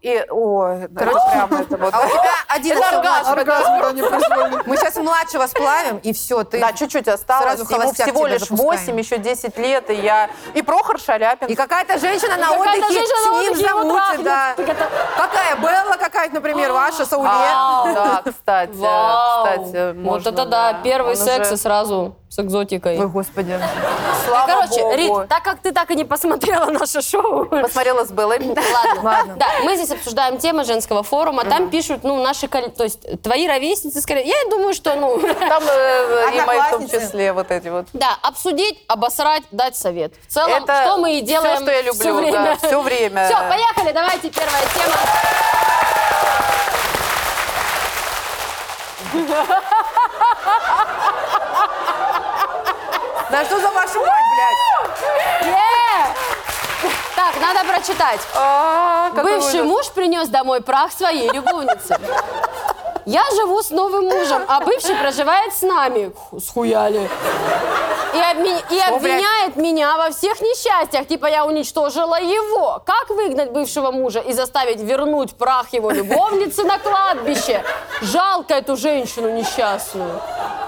И, ой, короче, прям это вот... А у тебя один Это оргазм. Оргазм, да, непроизвольный. Мы сейчас младшего сплавим, и все, ты... Да, чуть-чуть осталось, сразу ему холостяк всего тебя лишь запускаем. 8, еще 10 лет, и я... И Прохор Шаляпин. И какая-то женщина на Какая-то отдыхе женщина с на ним отдыхе его замутит, трахнет. да. Так это- Какая, Белла какая-то, например, ваша, Сауле? Вау. Да, кстати, Вау. кстати, вот можно, это да, первый Он секс Ну, уже- и сразу с экзотикой. Ну, Ой, господи. Слава Короче, богу. Рит, так как ты так и не посмотрела наше шоу, Посмотрела с Беллой. Ладно. Ладно. Да, мы здесь обсуждаем темы женского форума. Там пишут, ну, наши, кол- то есть твои ровесницы, скорее. Я думаю, что, ну, Там э, и мои в том Одноклассницы. числе вот эти вот. да, обсудить, обосрать, дать совет. В целом, Ну, что мы и делаем все, что я люблю, все время. да, все время. Все, поехали, давайте первая тема. Да что за вашу мать, блядь? Е! Так, надо прочитать. А, какой Бывший ужас. муж принес домой прах своей любовницы. Я живу с новым мужем, а бывший проживает с нами. Ху- Схуяли. И, обме- и обвиняет меня во всех несчастьях. Типа я уничтожила его. Как выгнать бывшего мужа и заставить вернуть прах его любовницы на кладбище? Жалко эту женщину несчастную.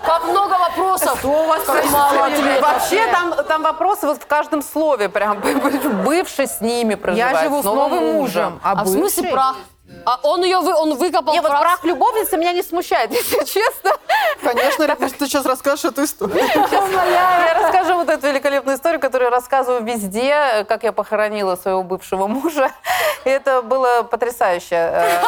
Как много А вопросов, как мало ответов. Вообще там, там вопросы вот в каждом слове прям. Бывший с ними проживает. Я живу с новым мужем. А в смысле прах? А он ее вы, он выкопал Не, вот прах прах любовницы меня не смущает, если честно. Конечно, Рит, потому что ты сейчас расскажешь эту историю. Я расскажу вот эту великолепную историю, которую я рассказываю везде, э, как я похоронила своего бывшего мужа. И это было потрясающе. Э,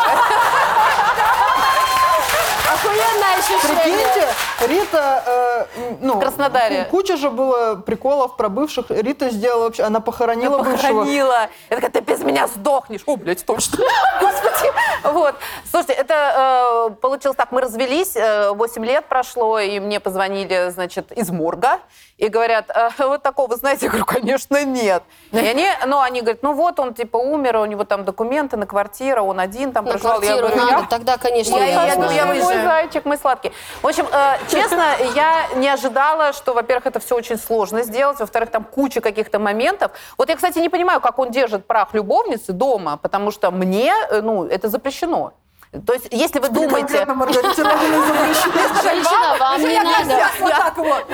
Охуенная ощущение. Прикиньте, Рита, э, м, ну, В Краснодаре. ку- Куча же было приколов про бывших. Рита сделала вообще, она похоронила бывшего. Похоронила. Я такая, ты без меня сдохнешь. О, блядь, точно. Господи. Вот. Слушайте, это э, получилось так. Мы развелись, э, 8 лет прошло, и мне позвонили, значит, из морга. И говорят, «Э, вот такого, знаете, я говорю, конечно, нет. И они, ну, они говорят, ну вот он, типа, умер, у него там документы на квартиру, он один там На проживал. Я квартиру говорю, надо, тогда, конечно, Я- я- я думаю, знаю. мой выезжаю. зайчик, мой сладкий. В общем, э, честно, я не ожидала, что, во-первых, это все очень сложно сделать, во-вторых, там куча каких-то моментов. Вот я, кстати, не понимаю, как он держит прах любовницы дома, потому что мне, э, ну, это запрещено. То есть, если вы думаете... Конкретно Маргарите Родиной запрещено. Женщина, вам не надо. Вот так вот.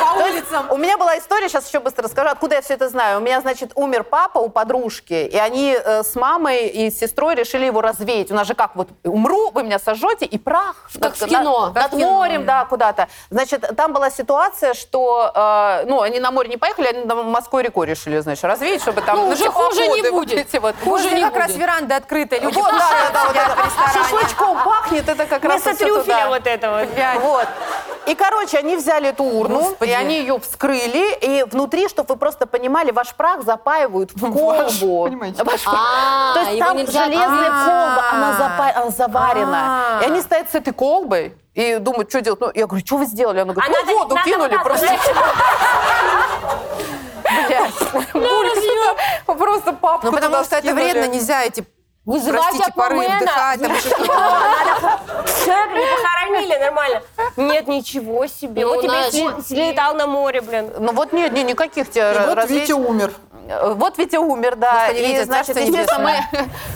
По улицам. У меня была история, сейчас еще быстро расскажу, откуда я все это знаю. У меня, значит, умер папа у подружки, и они э, с мамой и с сестрой решили его развеять. У нас же как, вот умру, вы меня сожжете, и прах. Как над- в кино. Как в над- Над кино. морем, да, куда-то. Значит, там была ситуация, что, э, ну, они на море не поехали, они на Москвой реку решили, значит, развеять, чтобы там... Ну, уже хуже не теплоходы вот будет. эти вот. Хуже Возле не как раз будет. веранда открытая, люди Вот, да, да, кушают, да, вот сидят в это. ресторане. Шашлычком пахнет, это как раз Вместо всё трюфеля туда. вот этого. Вот. И, короче, они взяли эту урну, Господи. и они ее вскрыли, и внутри, чтобы вы просто понимали, ваш прах запаивают в Ваш, колбу. понимаете. Ваш прах. А, То есть его там нельзя- железная колба, она, запа- она заварена. А. И они стоят с этой колбой и думают, что делать. Ну, я говорю, что вы сделали? Она говорит, Она ну, воду говорит, надо кинули вот так, просто. Блядь. Буря, что-то Просто папку Ну, потому туда что это скинули. вредно, нельзя эти Вызывать Простите, порыв аквамена. дыхать, там еще что-то. Человек не похоронили. говорили нормально. Нет, ничего себе. Ну, вот тебе на- сли- слетал на море, блин. Ну вот нет, не- никаких тебе И вот разве- Витя умер. Э, Вот Витя умер, да. Господи, Витя, И, значит, царство естественно,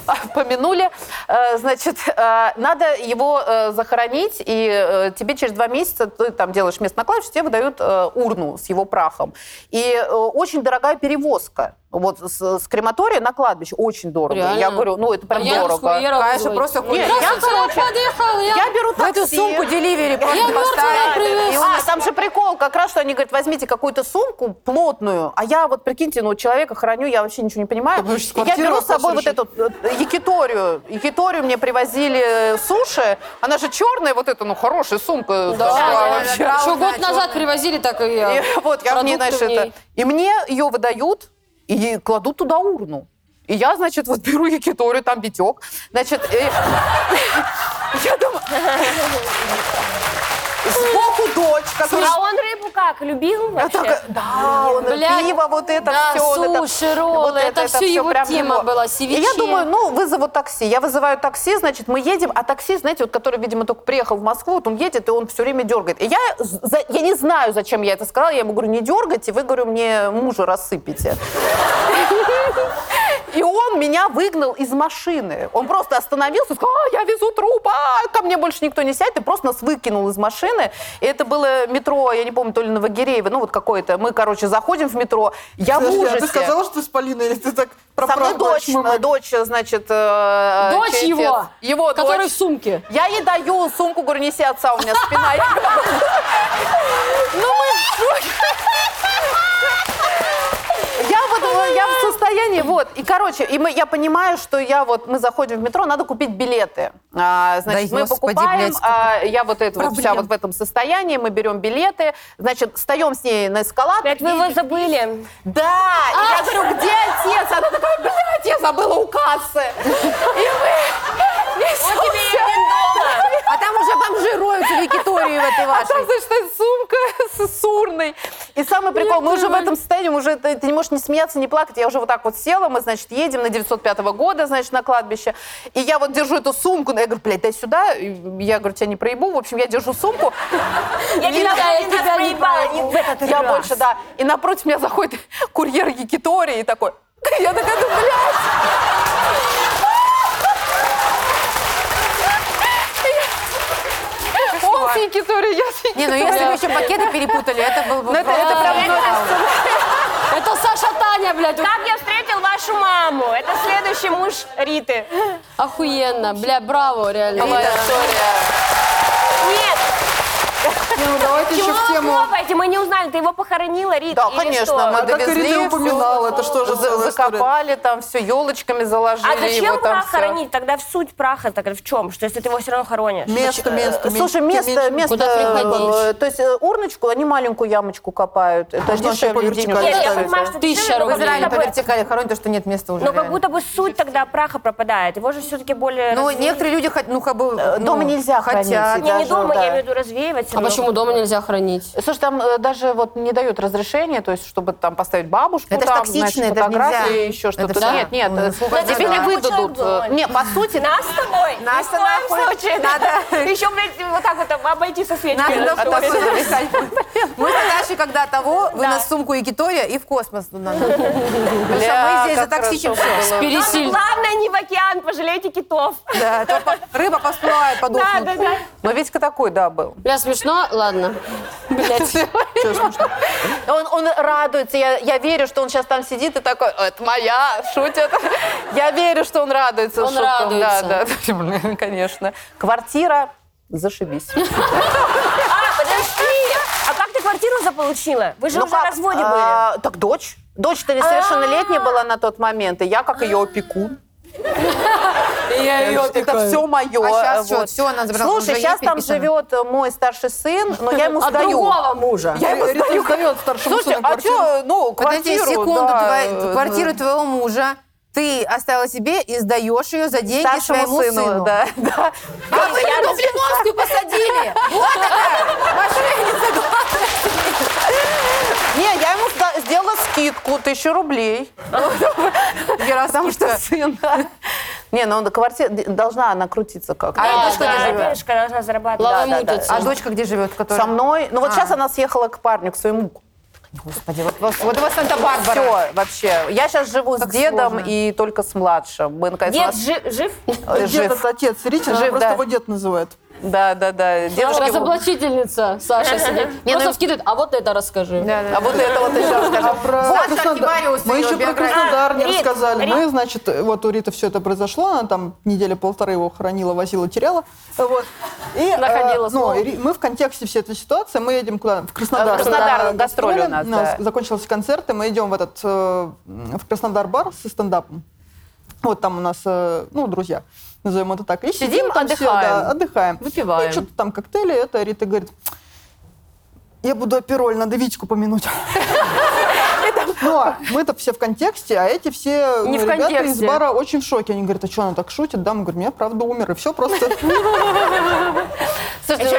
мы помянули. Э, Значит, э, надо его э, захоронить, и э, тебе через два месяца ты там делаешь местный кладбище, тебе выдают э, урну с его прахом. И э, очень дорогая перевозка. Вот с, с крематория на кладбище очень дорого. Реально? Я говорю, ну это прям Я дорого. расхуера Конечно, говорю. просто хуй. Нет, Я, я, короче, подъехал, я... Я беру В Ну, эту такси. сумку деливери Я просто мертвого привез. поставили. И он- А, там же прикол как раз, что они говорят, возьмите какую-то сумку плотную, а я вот, прикиньте, ну, человека храню, я вообще ничего не Да, понимаю. потому что И я квартира беру с собой вот вопрос эту э, якиторию. Якиторию мне привозили суши. Она же черная вот эта, ну, хорошая сумка. Да, да, дошла да, вообще. да, да. Еще Правда, год назад чёрная. привозили, так и я. И вот я в ней, Продукты значит, в ней. это- И мне ее выдают и кладут туда урну. И я, значит, вот беру якиторию, там битек. Значит, и- я думаю... Сбоку дочь, которая... А он рыбу как, любил Я вообще? А так, да, он Бля, пиво, вот это да, все. суши, роллы, это всё его тема была, И я севиче. думаю, ну, вызову такси. Я вызываю такси, значит, мы едем, а такси, знаете, вот который, видимо, только приехал в Москву, вот он едет, и он все время дергает. И я, за- я не знаю, зачем я это сказала, я ему говорю, не дергайте, вы, говорю, мне мужа рассыпите. И он меня выгнал из машины. Он просто остановился и сказал, а, я везу труп, а, ко мне больше никто не сядет. И просто нас выкинул из машины. И это было метро, я не помню, то ли Новогиреево, ну вот какое-то. Мы, короче, заходим в метро. Я Подожди, в а ужасе. ты сказала, что ты с Полиной, или ты так про Со мной правду дочь, отчима? моя дочь, значит... э, Дочь чей его, отец? Его Который дочь. в сумке. Я ей даю сумку, говорю, неси отца, у меня спина. Ну, мы... Я вот, э, я в состоянии, вот, и, короче, и мы, я понимаю, что я вот, мы заходим в метро, надо купить билеты. А, значит, Да, мы господи, покупаем, блядь, сколько а, я вот это вот вся проблем. вот в этом состоянии, мы берем билеты, значит, встаем с ней на эскалатор. Опять вы его забыли. Да! И я говорю, где отец? Она такая, блядь, я забыла у кассы. Он тебе и рекомендовал. А там уже бомжи роются в Якитории в этой А там, вашей. значит, эта сумка с, с урной. И самый прикол, мы уже в этом состоянии, уже ты, ты не можешь не смеяться, не плакать. Я уже вот так вот села, мы, значит, едем на 905 года, значит, на кладбище. И я вот держу эту сумку, я говорю, блядь, дай сюда. И Я говорю, тебя не проебу. В общем, я держу сумку. Я И на- тебя, я тебя проебала. не в этот Я раз. больше, да. И напротив меня заходит курьер Якитории и такой... Я такая, думаю, блядь. Он с Якиторией, я с Не, ну если бы еще пакеты перепутали, это был бы... Ну, это- это просто прям вау. Это Саша Таня, блядь. вот Как я встретил вашу маму? Это следующий муж Риты. Охуенно. Бля, браво, реально. Рита, Нет, Не, ну давайте еще чего в вы тему... хлопаете? Мы не узнали, ты его похоронила, Рита? Да, или конечно, что? мы А так довезли Ирида всё. упоминала, это что же За- целая история? закопали там все, елочками заложили А зачем его там прах всё. хоронить? Тогда в суть праха тогда в чем? Что если ты его все равно хоронишь? Место, место, э, Слушай, меньше, меньше. место, место, Куда приходили? э, то есть э, урночку, они маленькую ямочку копают, это что, вообще по дешевле денег. вертикали Нет, я Оставить, понимаю, да. что Тысяча ты- В рублей. Израиле по Как будто бы- вертикали хоронят, потому что нет места уже. Но как реально. будто бы суть тогда праха пропадает. Его же все-таки более... Ну, разве- некоторые люди, хот- ну, как бы... ну, дома нельзя хотят. хранить. Не, не даже, дома, да. я имею в виду развеивать. А всё равно. почему дома нельзя хранить? Слушай, там э, даже вот не дают разрешения, то есть, чтобы там поставить бабушку, Это ж там, токсично, значит, это ж нельзя. фотографии, еще Это что-то. всё. Нет, нет, Ой, э, насколько это тебе не да. выдадут. Человек э, Не, по сути, Нас с тобой? Нас Ни в с тобой. коем случае. Надо- Еще, блядь, вот так вот обойти со свечкой. Надо на на шоуре. такой записать. Мы с Наташей когда того, вы нас в сумку Якитория и в космос туда. Потому что Бля, мы здесь как затоксичим хорошо все. было. Пересиль. Главное, не в океан, пожалейте китов. Да, то по- рыба посплывает, Да, да, подохнет. да. Но Витька такой, да, был. Бля, смешно? Ладно. Блядь. Он, он радуется. Я, я верю, что он сейчас там сидит и такой, это моя, шутит. Я верю, что он радуется. Он шуткам. Да, радуется. да, Блин, конечно. Квартира, зашибись. А, подожди. А как ты квартиру заполучила? Вы же уже в Ну как, разводе были. а, Так дочь. Дочь-то несовершеннолетняя была на тот момент, и я как ее опекун. Я её Это опекаю. все мое. А щас чё, всё, она забрала, Слушай, уже сейчас есть там предписано. живет э, мой старший сын, но я ему От сдаю. другого мужа. Я ему Рита сдаю. сдаёт старшему Слушай, сыну а квартиру. что, ну, квартиру, Подожди секунду, да, твоя- э, квартиру твоего мужа ты оставила себе и сдаешь ее за деньги своему сыну. Да, да. А вы Я Люду раз- Блиновскую посадили! Вот она! Мошенница главная. Не, я ему сда- сделала скидку, тысячу рублей. Ярославская. Сын. Не, ну квартира должна она крутиться как-то. А Да, дочка где да, живет? Денежка должна зарабатывать. Лава да, да, да. мутится. А дочка где живет? Которая... Со мной. Ну вот А. сейчас она съехала к парню, к своему. Господи, вот, вас- вот у вас Санта-Барбара. Все, вообще. Я сейчас живу Как с дедом сложно. и только с младшим. Мы наконец Дед жи- нас- жив? э, Дед жив. этот отец, видите, она Жив, просто да. его дед называет. Да, да, да. Девушки- Разоблачительница Саша сидит. ну, Просто вкидывает, а вот это расскажи. Да, да, А вот это вот еще А расскажи. про Саша Краснодар- Архивариус, Мы её еще про биография. Краснодар не А, Рит, рассказали. Рит. Мы, значит, вот у Риты все это произошло, она там недели полторы его хранила, возила, теряла. Вот. И, э, Находила ну, слово. и Ри- мы в контексте всей этой ситуации, мы едем куда? В Краснодар. Ну, В Краснодар, гастроли у нас, да. Закончился концерт, и мы идем в этот, э, в Краснодар-бар со стендапом. Вот там у нас, э, ну, друзья, назовем это так. И сидим, там все, отдыхаем. да, отдыхаем. Выпиваем. Ну, что-то там коктейли, это Рита говорит, я буду опероль, надо Витьку помянуть. Но Ну, мы-то все в контексте, а эти все Не ну, в ребята из контексте. бара очень в шоке. Они говорят, а что она так шутит? Да, мы говорим, я правда умер, и все просто. Слушайте,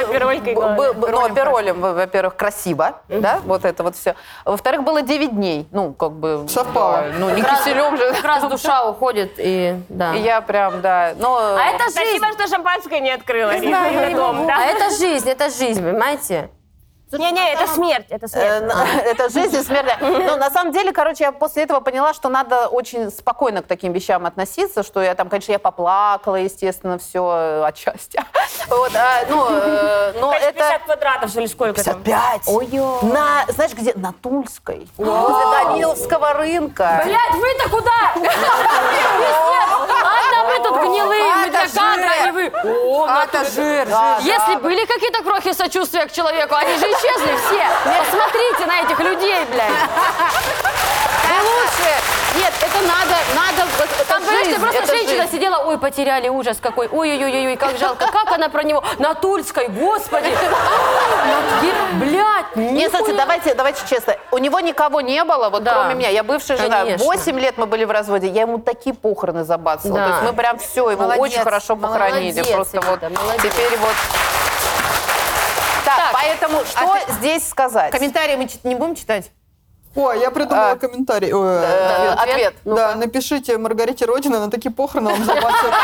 ну, Еще пиролькой б- главное. б- Ну, оперолем, во- во-первых, красиво, да, вот это вот все. Во-вторых, было 9 дней, ну, как бы... Совпало. да, Ну, не киселем же. Как раз душа уходит и... Да. И Я прям, да, но... А это жизнь. Спасибо, что шампанское не открыла. Рит, перед домом, А да? это жизнь, это жизнь, понимаете? Не-не, это смерть, это Э, смерть. на- Это жизнь и смерть. Но на самом деле, короче, я после этого поняла, что надо очень спокойно к таким вещам относиться, что я там, конечно, я поплакала, естественно, все отчасти. Вот, а, ну, э, но Короче, это... 50 квадратов, что ли, сколько там? 55. На, знаешь, где? На Тульской. Возле Даниловского рынка. Блять, вы-то куда? А там этот гнилые, мы для кадра, а не вы. О, в А-то натуре. жир, Да, Если были какие-то крохи сочувствия к человеку, они же исчезли все. Посмотрите на этих людей, блядь. да, лучше. Нет, это надо, надо... э, это Там, понимаешь, жизнь, ты просто это женщина жизнь. сидела, ой, потеряли, ужас какой, ой-ой-ой-ой, как жалко, как она про него, на Тульской, господи. Блять, Нет, слушайте, давайте, давайте честно. У него никого не было, вот Да. кроме меня. Я бывшая жена. Конечно. 8 лет мы были в разводе. Я ему такие похороны забацала. Да. То есть мы прям все, ну, его Молодец, очень хорошо похоронили. молодец, Просто вот Рита, молодец. теперь вот. Так, поэтому что а ты- здесь сказать? Комментарии мы чит- не будем читать? Ой, я придумала А. комментарий. Э, Э, ответ. Ответ. Да, напишите Маргарите Родина, она такие похороны вам забацает.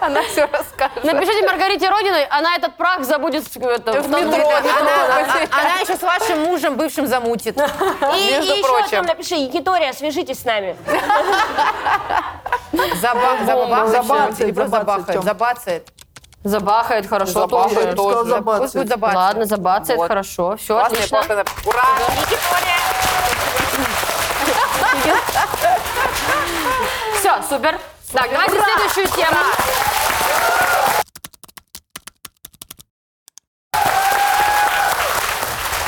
Она все расскажет. Ну, Напишите Маргарите Родиной, она этот прах забудет в, это, в Она, тамбуре. она- она еще с вашим мужем бывшим замутит. И, между и еще прочим. там напиши, Якитория, свяжитесь с нами. Заба- Забабахает. Забацает, Забабахает. забацает, Тём. Забацает. Забахает хорошо Забахает тоже. тоже. Сказал Пусть будет забацает. забацает. Ладно, забацает Вот. хорошо. Все, Классные отлично. похороны. Ура! Якитория. Все, супер. Так, давайте следующую тему.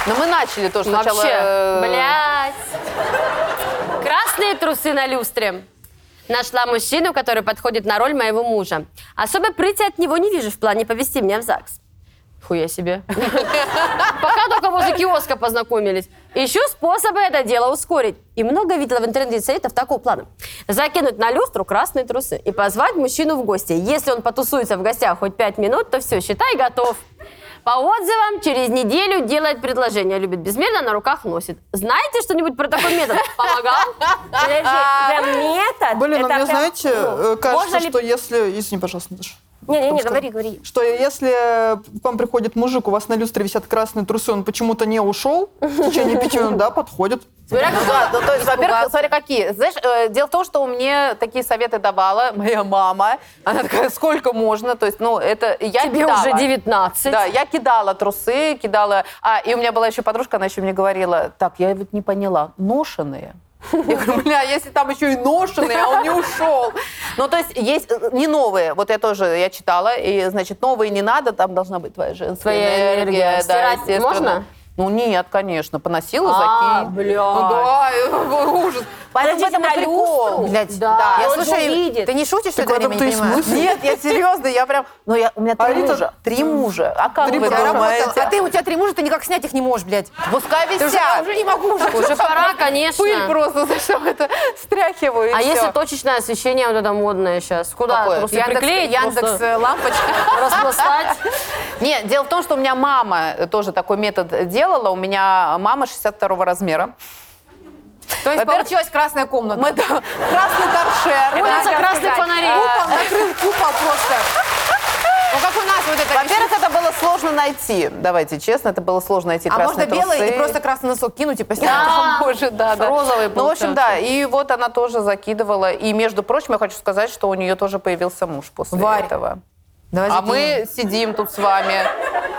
Но мы начали тоже сначала. Вообще, э, блядь. Красные трусы на люстре. Нашла мужчину, который подходит на роль моего мужа. Особой прыти от него не вижу в плане повести меня в ЗАГС. Хуя себе. Пока только возле киоска познакомились. Ищу способы это дело ускорить. И много видела в интернете советов такого плана. Закинуть на люстру красные трусы и позвать мужчину в гости. Если он потусуется в гостях хоть пять минут, то все, считай, готов. По отзывам, через неделю делает предложение. Любит безмерно, на руках носит. Знаете что-нибудь про такой метод? Помогал? Подожди, прям метод. А, Блин, а это мне, прям, знаете, ну, э, кажется, можно ли- что если... Извини, пожалуйста, Наташа. Не-не-не, Что? говори, говори. Что если к вам приходит мужик, у вас на люстре висят красные трусы, он почему-то не ушел в течение пяти минут, да, подходит. Смотря ну да, ну, то есть, во-первых, смотря какие. Знаешь, э, дело в том, что мне такие советы давала моя мама. Она такая, сколько можно? То есть, ну, это я Тебе кидала. уже 19. Да, я кидала трусы, кидала... А, и у меня была еще подружка, она еще мне говорила, так, я вот не поняла, ношеные? Я говорю, бля, а если там еще и ношеные, а он не ушел. Ну, то есть есть э, не новые. Вот я тоже, я читала, и, значит, новые не надо, там должна быть твоя женская Твоя энергия. да, Стирать естественно. можно? Ну, нет, конечно, поносила, А, закинь. блядь. Ну, да, э, ужас. Поэтому в Подождите, этом и на прикол. люстру? Блядь, Да. да. Я он же слушай, увидит. ты не шутишь, что я Так в время этом-то не и понимаю? смысл. Нет, я серьезно, я прям... Ну, я, у меня три А Рита- мужа. Три мужа. А как Три вы мужа. думаете? Работала. А ты у тебя три мужа, ты никак снять их не можешь, блядь. Пускай Ты уже, я висят. уже не могу. уже. Уже пора, конечно. Пыль просто, за что это стряхиваю, и А всё. если точечное освещение вот это модное сейчас? Куда? Какое? Трусы Яндекс, приклеить Яндекс просто? э, лампочка. Распластать? Нет, дело в том, что у меня э, мама тоже такой метод делала. У меня мама 62 размера. То есть Во-первых, получилась красная комната. мы да, красный торшер. да. Улица красных фонарей. Купол, накрыл купол просто. Ну как у нас вот это. Во-первых, это было сложно найти. Давайте честно, это было сложно найти а можно красные белый трусы. и просто красный носок кинуть и постирать. Да, боже, да, да. Розовый был Ну, в общем, тоже. да, и вот она тоже закидывала. И, между прочим, я хочу сказать, что у нее тоже появился муж после Варь, этого. Давай А закинем. мы сидим тут с вами.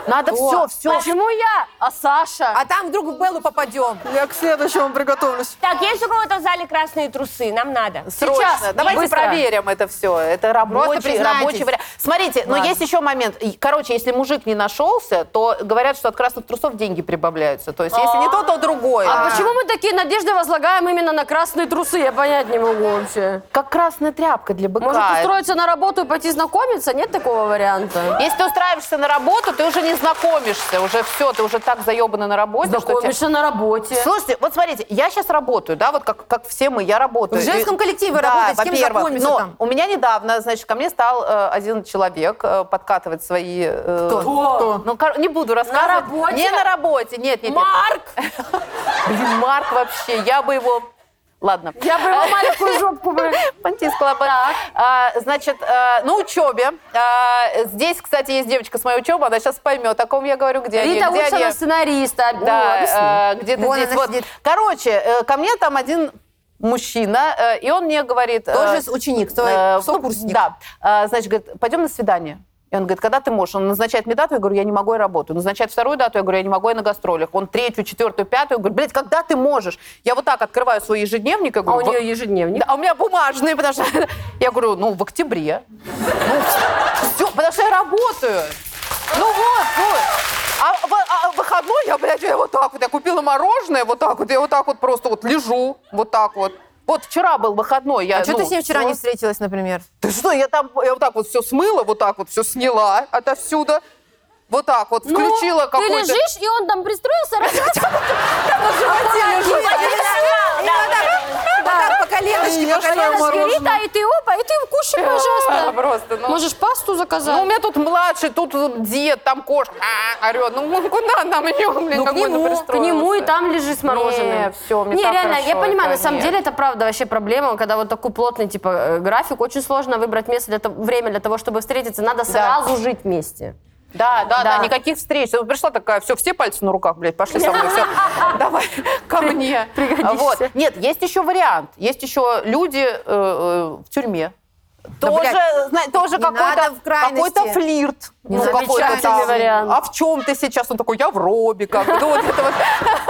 Надо все, все. Почему я? А Саша? А там вдруг в Беллу попадем. Э, Я к следующему приготовлюсь. Так, есть у кого-то в зале красные трусы? Нам надо. Срочно. Давайте быстро. проверим это все. Это рабочий, признайтесь. рабочий вариант. Смотрите, но есть еще момент. И, Короче, если мужик не нашелся, то говорят, что от красных трусов деньги прибавляются. То есть, если не то, то другое. А почему мы такие надежды возлагаем именно на красные трусы? Я понять не могу вообще. Как красная тряпка для быка. Может, устроиться на работу и пойти знакомиться? Нет такого варианта. Если ты устраиваешься на работу, ты уже не знакомишься, уже все, ты уже так заебана на работе, что тебе... Знакомишься на работе. Слушайте, вот смотрите, я сейчас работаю, да, вот как, как все мы, я работаю. В женском И- коллективе да, работаете, с кем во-первых. знакомиться Но там? у меня недавно, значит, ко мне стал э, один человек э, подкатывать свои... э, Кто? Кто? Ну, кор- не буду рассказывать. работе? Не на работе, нет, нет, нет. Марк! Блин, Марк вообще, я бы его... Ладно. Я бы его маленькую жопку бы... Понтискала бы. А, значит, э, на учебе. А, здесь, кстати, есть девочка с моей учебы, она сейчас поймет, о ком я говорю, где они, Рита где они. Ульсона сценариста. а, Да. Да, э, где-то Вон здесь она вот. сидит. Короче, э, ко мне там один мужчина, э, и он мне говорит... э, Тоже с- ученик, твой э, сокурсник. Да. Э, Значит, говорит, пойдем на свидание. И он говорит, когда ты можешь? Он назначает мне дату, я говорю, я не могу, я работаю. Назначает вторую дату, я говорю, я не могу, я на гастролях. Он третью, четвертую, пятую, я говорю, блядь, когда ты можешь? Я вот так открываю свой ежедневник, А я у говорю, «Во- нее ежедневник. да, а у меня бумажные, потому что... Я говорю, ну, в октябре. Ну, все, потому что я работаю. Ну вот, вот. А, в- а в выходной я, блядь, я вот так вот, я купила мороженое, вот так вот, я вот так вот просто вот лежу, вот так вот. Вот вчера был выходной. Я, А что ну, ты с ним вчера всё. не встретилась, например? Ты что, я там, я вот так вот все смыла, вот так вот все сняла отовсюду. Вот так вот, Ну, включила ты какой-то... лежишь, и он там пристроился, раз, раз, Вот так по коленочке, по раз, коленочке. Рита, и ты опа, и ты кушай, пожалуйста. Просто, ну. Можешь пасту Ну, у заказать? меня тут младший, тут дед, там кошка а, орет. Ну, ну, куда нам ее, блин, Ну, к какой-то нему, к нему и там лежи с мороженым. Не, всё, мне Не, так реально, я хорошо, понимаю, на это самом нет. деле это правда вообще проблема, когда вот такой плотный типа э, график, очень сложно выбрать место для того, время для того, чтобы встретиться, надо сразу жить вместе. Да, да, да, Да. никаких встреч. Вот Пришла такая, все, все пальцы на руках, блядь, пошли со мной, все, давай, ко мне. пригодишься. Вот. Нет, есть еще вариант. Есть еще люди э, э, в тюрьме. Тоже, блядь, зна- тоже не надо какой-то в крайности. какой-то флирт. Ну, Не какой-то замечательный там. вариант. А в чем ты сейчас? Он такой, я в робиках. Ну, вот это вот.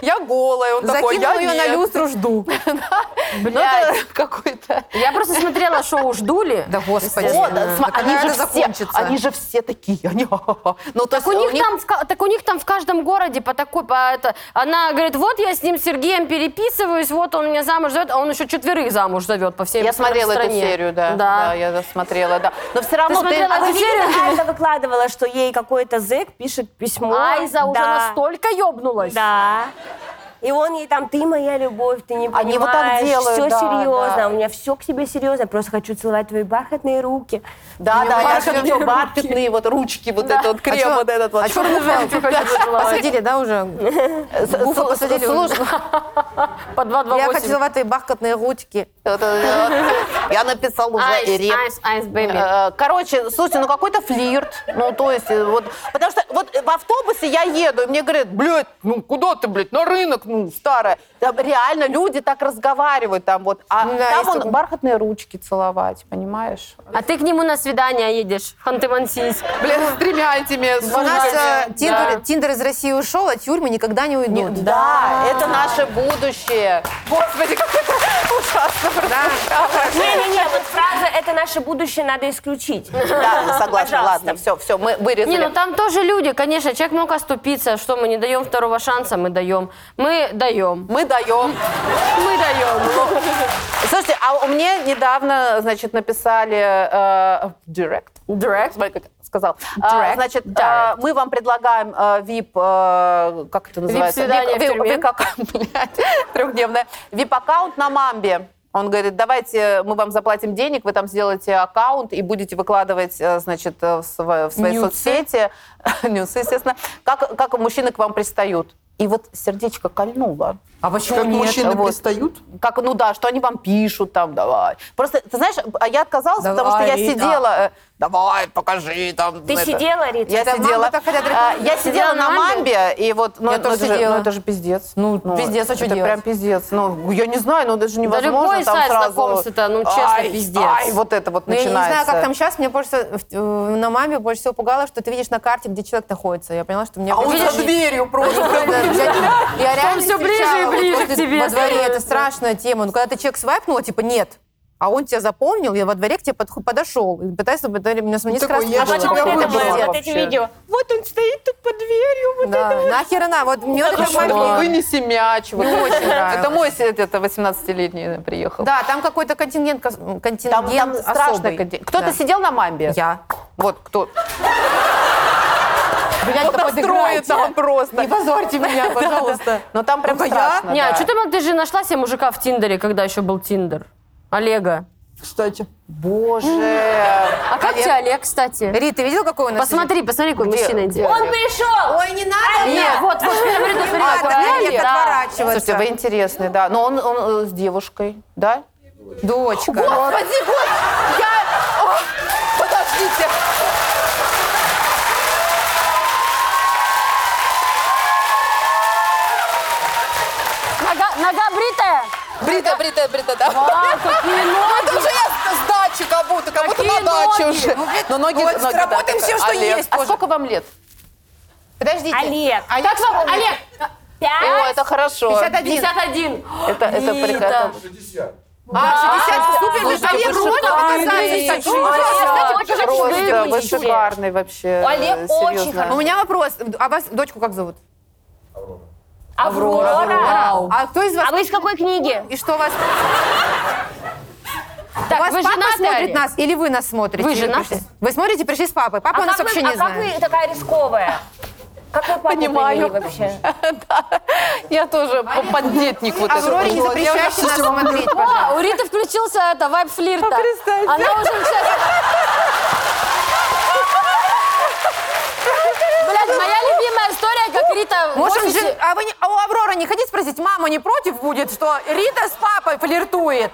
Я голая. Он ну, такой, я Закинула ее на нет. люстру, жду. Ну, это какой-то... Я просто смотрела шоу «Ждули». Да господи. Вот, см- Когда они, же это все, закончится? они же все такие. Они, ха-ха-ха. ну, то Так у, есть них там, в ка- так у них там в каждом городе по такой, по это, она говорит, вот я с ним Сергеем переписываюсь, вот он меня замуж зовет, а он еще четверых замуж зовет по всей Я стране. смотрела эту серию, да. Да. Да, я смотрела, да. Но все равно ты... смотрела А вы эту серию? видели, Альда выкладывала, что ей какой-то зэк пишет письмо. Айза уже Да. настолько ёбнулась. Да. И он ей там, ты моя любовь, ты не понимаешь. Они вот так делают, Все да, серьезно, да. у меня все к тебе серьезно. Я просто хочу целовать твои бархатные руки. Да, да, я бархатные смотрела, руки. бархатные вот ручки, вот этот вот крем, чё- вот этот вот. А черный жел посадили, да, уже? С- с- Гуфа с- посадили. слушай, ну, уже. По 2-2-8. Я хотела в этой бахкотные ротики. вот это вот. Я написала уже и реп. айс, айс, бэби. Э, Короче, слушайте, ну какой-то флирт. Ну, то есть, э, вот, потому что вот в автобусе я еду, и мне говорят, блядь, ну куда ты, блядь, на рынок, ну, старая. Там реально люди так разговаривают там вот. А Ну да, там есть он такое. бархатные ручки целовать, понимаешь? А ты к нему на свидание едешь в Ханты-Мансийск. Блин, с тремя этими У нас э, Да. Тиндер Тиндер из России ушел, а тюрьмы никогда не Не- уйдут. Да, это наше будущее. Господи, как это ужасно. Не-не-не, вот фраза «это наше будущее» надо исключить. Ну, Да, согласна, Пожалуйста. ладно, все, все, мы вырезали. Не, ну там тоже люди, конечно, человек мог оступиться, что мы не даем второго шанса, мы даем. Мы даем. Мы даем. Ну, Мы даем. Слушайте, а у меня недавно, значит, написали э, в Direct. Direct? Смотри, как я сказал. А, Direct. значит, э, Direct. мы вам предлагаем э, VIP, э, как это называется? свидание в тюрьме. VIP-аккаунт, блядь, трехдневное. VIP-аккаунт на Мамбе. Он говорит, давайте мы вам заплатим денег, вы там сделаете аккаунт и будете выкладывать, э, значит, э, в, сво- в свои Нюдсы. соцсети, нюсы, естественно, как, как мужчины к вам пристают. И вот сердечко кольнуло. А почему Как нет? мужчины вот. пристают, Как, ну да, что они вам пишут там, давай. Просто, ты знаешь, а я отказалась, потому что я Давай, Рита. сидела, э, давай, покажи там. Ты это. сидела, Рита? Я Это сидела, мамы так хотят а, я рекомендовать. сидела Сидела на на мамбе? мамбе, и вот, ну, Я ну, тоже это же, сидела. ну, это же пиздец. Ну, пиздец, а что это делать? прям пиздец. Ну, я не знаю, ну, это же невозможно. любой там сайт сразу... знакомств-то, ну, честно, Ай, пиздец. Ай, вот это вот Ну, я не начинается. знаю, как там сейчас. Мне больше в- э, на маме больше всего пугало, что ты видишь на карте, где человек находится. Я поняла, что мне... а он за дверью просто. Я реально всё ближе и встречала, ближе вот к возле- тебе Во дворе это становится. страшная тема. Ну, когда ты человек свайпнула, типа, нет. А он тебя запомнил, я во дворе к тебе подх- подошел. И пытается бы меня сменить Такой, краску. я А же потом вот тебя это выбрала было, вот эти вообще. видео. Вот он стоит тут под дверью. вот Да, нахер она. Вот мне вот это Ну, маме- Вынеси мяч. вот это. очень Это нравилось. мой сет, это 18-летний приехал. Да, там какой-то контингент, кос- контингент Там, там страшно. особый. контин- Кто-то Да. сидел на мамбе? Я. Вот кто. Блядь, да Строит подыграйте. там просто. Не позорьте меня, пожалуйста. Но там прям Только я? страшно. Не, да. а что там ты же нашла себе мужика в Тиндере, когда еще был Тиндер? Олега. Кстати, Боже. А как тебе Олег, кстати? Рит, ты видел, какой у нас? Посмотри, посмотри, какой мужчина это. идеальный. Он пришел! Ой, не надо. Нет, вот, вот, смотри, смотри, Не смотри, надо, какой Олег, Олег, да. отворачиваться. Слушайте, вы интересный, да. Но он, он, э, с девушкой, да? Дочка. Ну, Подождите. Нога, нога бритая? Брита, брита, брита, да. А, какие Это ноги! уже я с дачи как будто, как будто ну, Какие на даче ноги? уже. Но ноги, вот ноги, да, сработаем всем, что Олег, есть, А Боже. сколько вам лет? Подождите. Олег, А я Как вам, Олег? О, пять. это хорошо. 51. 51. Это, это Рита. прекрасно. А, 60. Супер, Слушайте, Олег, вы Рудов, шикарные. оказались. Ой, Ой, кстати, очень Просто стыдно вы еще. шикарный вообще. Олег э, очень серьезно. У меня вопрос. А вас дочку как зовут? Аврора. Вау. А кто из вас? А вы из какой книги? И что у вас? Так, у вас вы папа женаты, смотрит Олег? нас или вы нас смотрите? Вы Или женаты? пришли- Вы смотрите, пришли с папой. Папа у нас как вообще вы, не а знает. как вы такая рисковая? Как вы папу Понимаю. привели вообще? Я тоже поддетник вот Авроре не этот. запрещайте нас смотреть, пожалуйста. О, у Риты включился это, вайб флирта. Представьте. Она уже сейчас... Блядь, моя любимая история, как Рита в Может, он офисе- жен- а вы не- а у Авроры не хотите спросить, мама не против будет, что Рита с папой флиртует?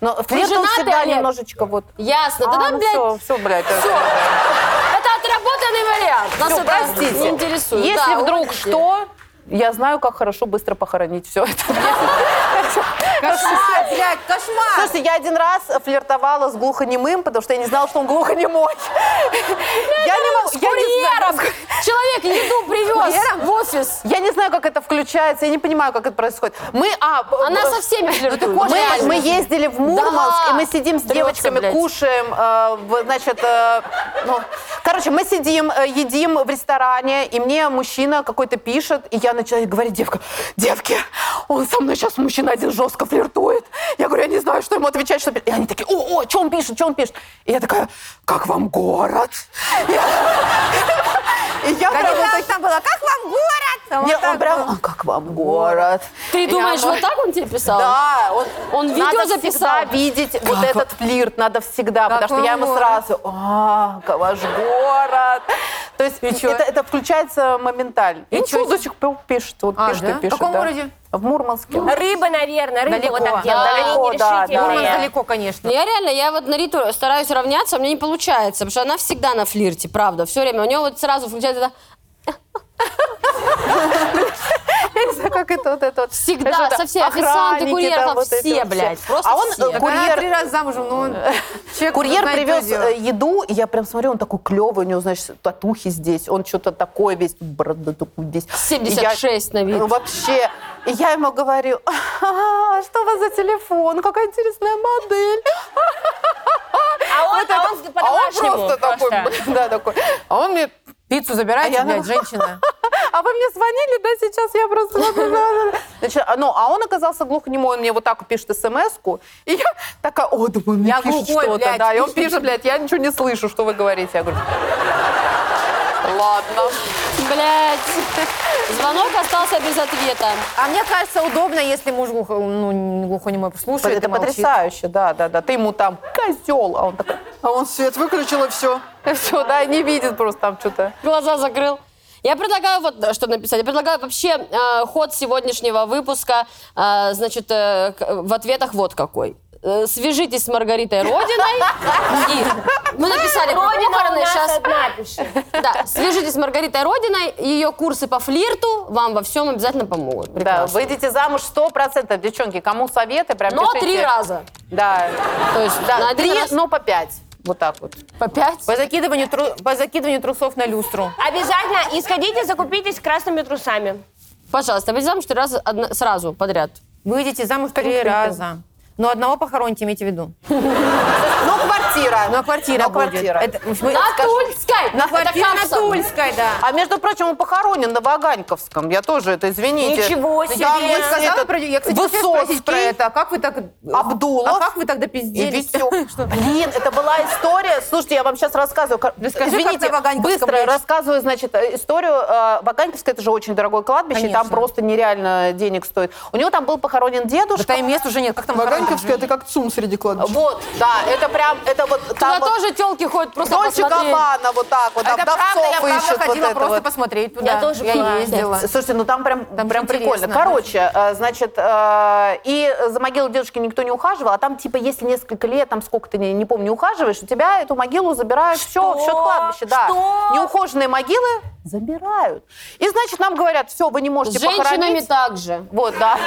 Но флирт он женаты, всегда Олег? немножечко вот... Ясно. да А, там, ну блядь, все, все, блядь. всё. Это отработанный вариант. Нас это не интересует. Если Да, вдруг вот где. что, я знаю, как хорошо быстро похоронить все это. Кошмар, блядь, кошмар! Слушайте, я один раз флиртовала с глухонемым, потому что я не знала, что он глухонемой. Я не Ну, могу, С я не знаю. курьером. Человек еду привез в офис. Я не знаю, как это включается, я не понимаю, как это происходит. Мы, а, Она со всеми флиртует. Мы, Ну, реально. мы ездили в Мурманск, Да. и мы сидим с Трется, девочками, блядь. кушаем, э, в- значит, э, ну, короче, мы сидим, э, едим в ресторане, и мне мужчина какой-то пишет, и я начинаю говорить, девка, девки, он со мной сейчас мужчина один жестко флиртует. Я говорю, я не знаю, что ему отвечать, что... пи-». И они такие, о, о, что он пишет, что он пишет? И я такая, как вам город? И я Да прям не вот так там было, А как вам город? А вот так- так он прям, было. «А, как вам город? Ты думаешь, Я- вот так он тебе писал? Да, он, Он видео надо записал? всегда видеть вот этот флирт, надо всегда, Как потому что я ему он сразу, а, как ваш город. То есть чё? это, это включается моментально. И, чё? что до сих пор пишет, вот А, пишет да? и пишет. В каком да. городе? В Мурманске. Рыба, наверное, рыба Далеко. вот так делает. Да, Они далеко, да, нерешительные. Мурманск далеко, конечно. Ну, Я реально, я вот на Риту стараюсь равняться, а у меня не получается, потому что она всегда на флирте, правда, все время. У нее вот сразу включается это Я не знаю, как это вот это вот. Всегда, Это же, со да, всей официанты, охранники, курьеров, да, вот эти все, вот блядь, просто А он все. э, Так она курьер три раза замужем, ну он... человек Курьер знает, привез что делать. э, еду, и я прям смотрю, он такой клевый, у него, значит, татухи здесь, он что-то такое весь, борода такой здесь. И я- 76 на вид. Ну, вообще. И я ему говорю, «А, что у вас за телефон, какая интересная модель. А он, а он А он по-домашнему просто такой, да, такой. А он мне, Пиццу забирайте, А я- блядь, женщина. а вы мне звонили, да, сейчас я просто... вот, да, да, да». Значит, а, ну, а он оказался глухонемой, он мне вот так вот пишет смс-ку, и я такая, о, думаю, он мне Я пишет глухой, что-то, блядь. да, и он пишет, блядь, я ничего не слышу, что вы говорите. Я говорю, ладно. Блядь. Звонок остался без ответа. А мне кажется, удобно, если муж глухо, ну, не глухонемой слушает это и молчит. потрясающе, да, да, да. Ты ему там козел, а он такой, а он свет выключил и все. все, да, не видит просто там что-то. Глаза закрыл. Я предлагаю вот э, что написать. Я предлагаю вообще э, ход сегодняшнего выпуска, э, значит, э, к- в ответах вот какой. Э, Свяжитесь с Маргаритой Родиной. И мы написали про похороны. Сейчас да, свяжитесь с Маргаритой Родиной, ее курсы по флирту вам во всем обязательно помогут. Да, Прекрасно. выйдите замуж 100%, девчонки, кому советы, прям Но пишите. три раза. Да, То есть на да один три, раз но по пять. Вот так вот. по пять. По закидыванию, тру- по закидыванию трусов на люстру. Обязательно. И сходите, закупитесь красными трусами. Пожалуйста, обойди замуж три раза одна- сразу подряд. Выйдите замуж три Конкретно. раза. Но одного похороните, имейте в виду. Но Ну, квартира. Но Ну, квартира Но будет. квартира. Это- мы- На скажу- Тульской! На Это квартире на капсом. Тульской, да. А между прочим, он похоронен на Ваганьковском. Я тоже это, извините. Ничего себе. Там Ну, Я есть сказала этот про- я, кстати, хотела Высоцкий, спросить про это. А как вы так... Абдулов. А как вы тогда И пиздели? Витек. Блин, это была история. Слушайте, я вам сейчас рассказываю. Кор- Расскажи, как Извините, на Ваганьковском быстро речь. рассказываю, значит, э, историю. Э, Ваганьковское это же очень дорогое кладбище, и там Конечно. просто нереально денег стоит. У него там был похоронен дедушка. Да и мест уже нет. Как там Ваганьковская, это как ЦУМ среди кладбищ. Вот, да, это прям, это вот Туда там вот тоже телки ходят просто Дольче посмотреть. Габбана вот так вот, Это а вдовцов правда, я правда ищут ходила вот это просто вот. посмотреть туда. тоже была. я ездила. Слушайте, ну там прям, Там прям же интересно, прикольно. Короче, э, значит, э, и за могилу дедушки никто не ухаживал, а там типа если несколько лет, там сколько ты, не, не помню, ухаживаешь, у тебя эту могилу забирают все, Что? все кладбище, да. Что? Неухоженные могилы забирают. И значит, нам говорят, все, вы не С можете женщинами похоронить. также. Вот, да.